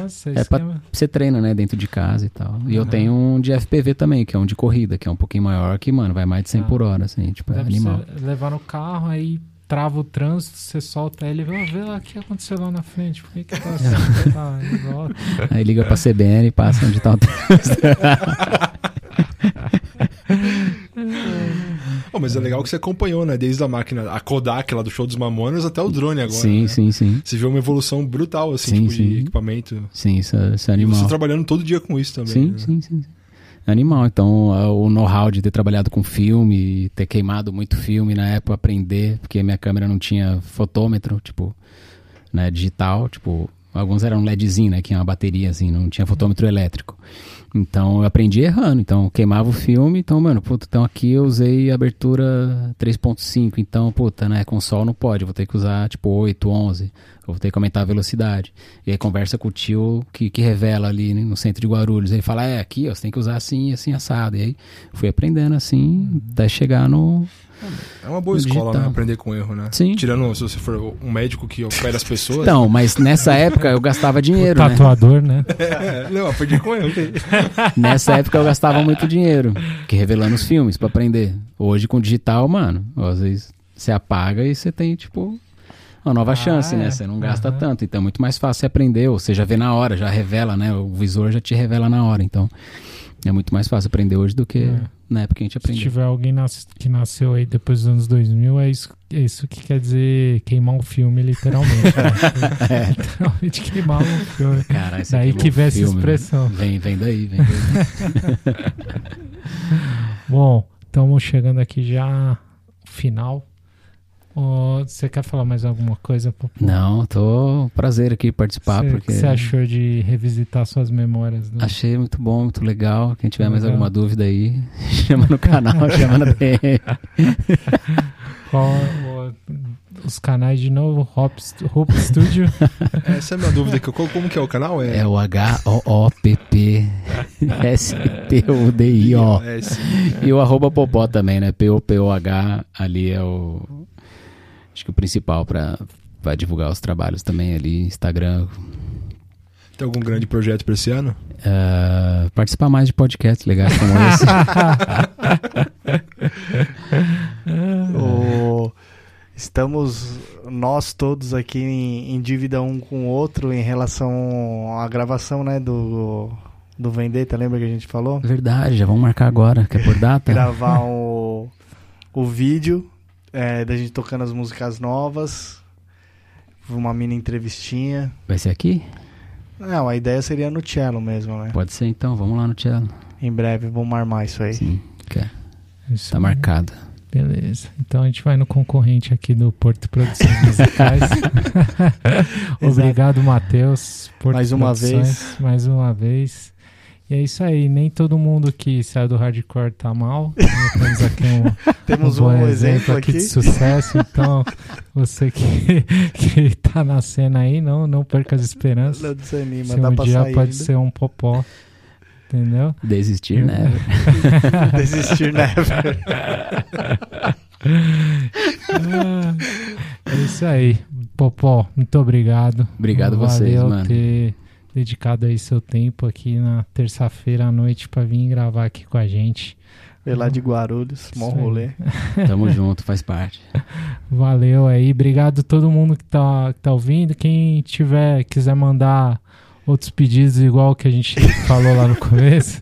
nossa,
É
é
pra- Você treina, né, dentro de casa e tal. E eu tenho um de FPV também, que é um de corrida, que é um pouquinho maior, que, mano, vai mais de 100
Ah.
por hora, assim, tipo, é
Deve
animal.
ser levar no carro, aí trava o trânsito, você solta ele, vê vê lá o que aconteceu lá na frente, por que que tá assim? tá, e volta.
Aí liga pra CBN e passa onde tá o
Pô, mas é legal que você acompanhou, né? Desde a máquina, a Kodak lá do show dos Mamonas até o drone agora.
Sim,
né?
sim, sim.
Você viu uma evolução brutal, assim,
Sim,
tipo,
sim.
de equipamento.
Sim, isso é, isso é
E
animal.
você trabalhando todo dia com isso também.
Sim,
né?
sim, sim, sim. Animal, então a- o know-how de ter trabalhado com filme, ter queimado muito filme na época, aprender, porque minha câmera não tinha fotômetro, tipo, né, digital, tipo, alguns eram LEDzinho, né, que é uma bateria, assim, não tinha fotômetro elétrico. Então eu aprendi errando, então eu queimava o filme, então, mano, puta, então aqui eu usei abertura 3.5, então, puta, né, com sol não pode, eu vou ter que usar, tipo, 8, 11, eu vou ter que aumentar a velocidade. E aí conversa com o tio que, que revela ali né, no centro de Guarulhos. Ele fala, é, aqui ó, você tem que usar assim, assim, assado. E aí fui aprendendo assim, até chegar no...
É uma boa escola,
Digital.
né? Aprender com erro, né?
Sim.
Tirando se você for um médico que opera as pessoas.
Então, mas nessa época eu gastava dinheiro, né?
Tatuador, né?
É, não, aprendi com erro.
Nessa época eu gastava muito dinheiro, que revelando os filmes pra aprender. Hoje com digital, mano, às vezes você apaga e você tem, tipo... uma nova
Ah,
chance,
é?
né? Você não gasta
Aham.
tanto, então é muito mais fácil você aprender, ou você já vê na hora, já revela, né? O visor já te revela na hora, então é muito mais fácil aprender hoje do que
É.
na época que a gente
Se
aprendeu.
tiver alguém nas- que nasceu aí depois dos anos 2000, é isso, é isso que quer dizer queimar um filme, literalmente. né? literalmente queimar um filme.
É. Caralho, você
Daí
queimou
que
o
vem essa
filme, né?
expressão.
Vem, vem daí, vem daí.
Bom, estamos chegando aqui já ao final. Ô, Você quer falar mais alguma coisa? pô?
Não, tô prazer aqui participar,
Você-
porque
Você achou de revisitar suas memórias? né? do-
achei muito bom, muito legal. Quem tiver mais
Legal.
alguma dúvida aí, chama no canal, chama na DM.
Qual o- os canais de novo? Hop, Stu- Hope Studio?
Essa é a minha dúvida. que eu- Como, como que é o canal?
É o H-O-O-P-P-S-T-U-D-I-O.
É esse.
E o arroba popó também, né? P-O-P-O-H ali é o. Acho que o principal pra vai divulgar os trabalhos também ali, Instagram.
Tem algum grande projeto pra esse ano?
Ah, participar mais de podcasts legais como esse.
O- Estamos nós todos aqui em, em dívida um com o outro em relação à gravação, né, do, do Vendetta, lembra que a gente falou?
Verdade, já vamos marcar agora. Quer por data?
Gravar o, o vídeo é, da gente tocando as músicas novas, uma mini entrevistinha.
Vai ser aqui?
Não, a ideia seria no cello mesmo, né?
Pode ser então, vamos lá no Cello.
Em breve vamos armar isso aí.
Sim, quer.
Isso
Tá
aí.
marcado.
Beleza. Então a gente vai no concorrente aqui do Porto Produções Musicais. Obrigado, Matheus. Porto
Mais uma
Produções,
vez.
Mais uma vez. E é isso aí. Nem todo mundo que saiu do hardcore tá mal. Temos aqui um,
Temos um,
bom
exemplo aqui.
de sucesso. Então, você que, que tá na cena aí, não, não perca as esperanças.
Não desanima,
Se
dá
um
pra
dia
sair.
pode
ainda.
ser um popó. Entendeu?
Desistir, né?
Desistir never.
Ah, É isso aí. Popó, muito obrigado.
Obrigado
Valeu
vocês, mano.
ter dedicado aí seu tempo aqui na terça-feira à noite pra vir gravar aqui com a gente.
Vê é lá de Guarulhos, mó
Isso aí.
rolê.
Tamo junto, faz parte.
Valeu aí. Obrigado a todo mundo que tá, que tá ouvindo. Quem tiver, quiser mandar outros pedidos igual que a gente falou lá no começo,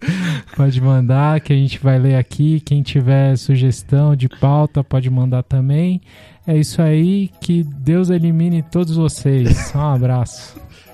pode mandar que a gente vai ler aqui. Quem tiver sugestão de pauta, pode mandar também. É isso aí. Que Deus elimine todos vocês. Um abraço.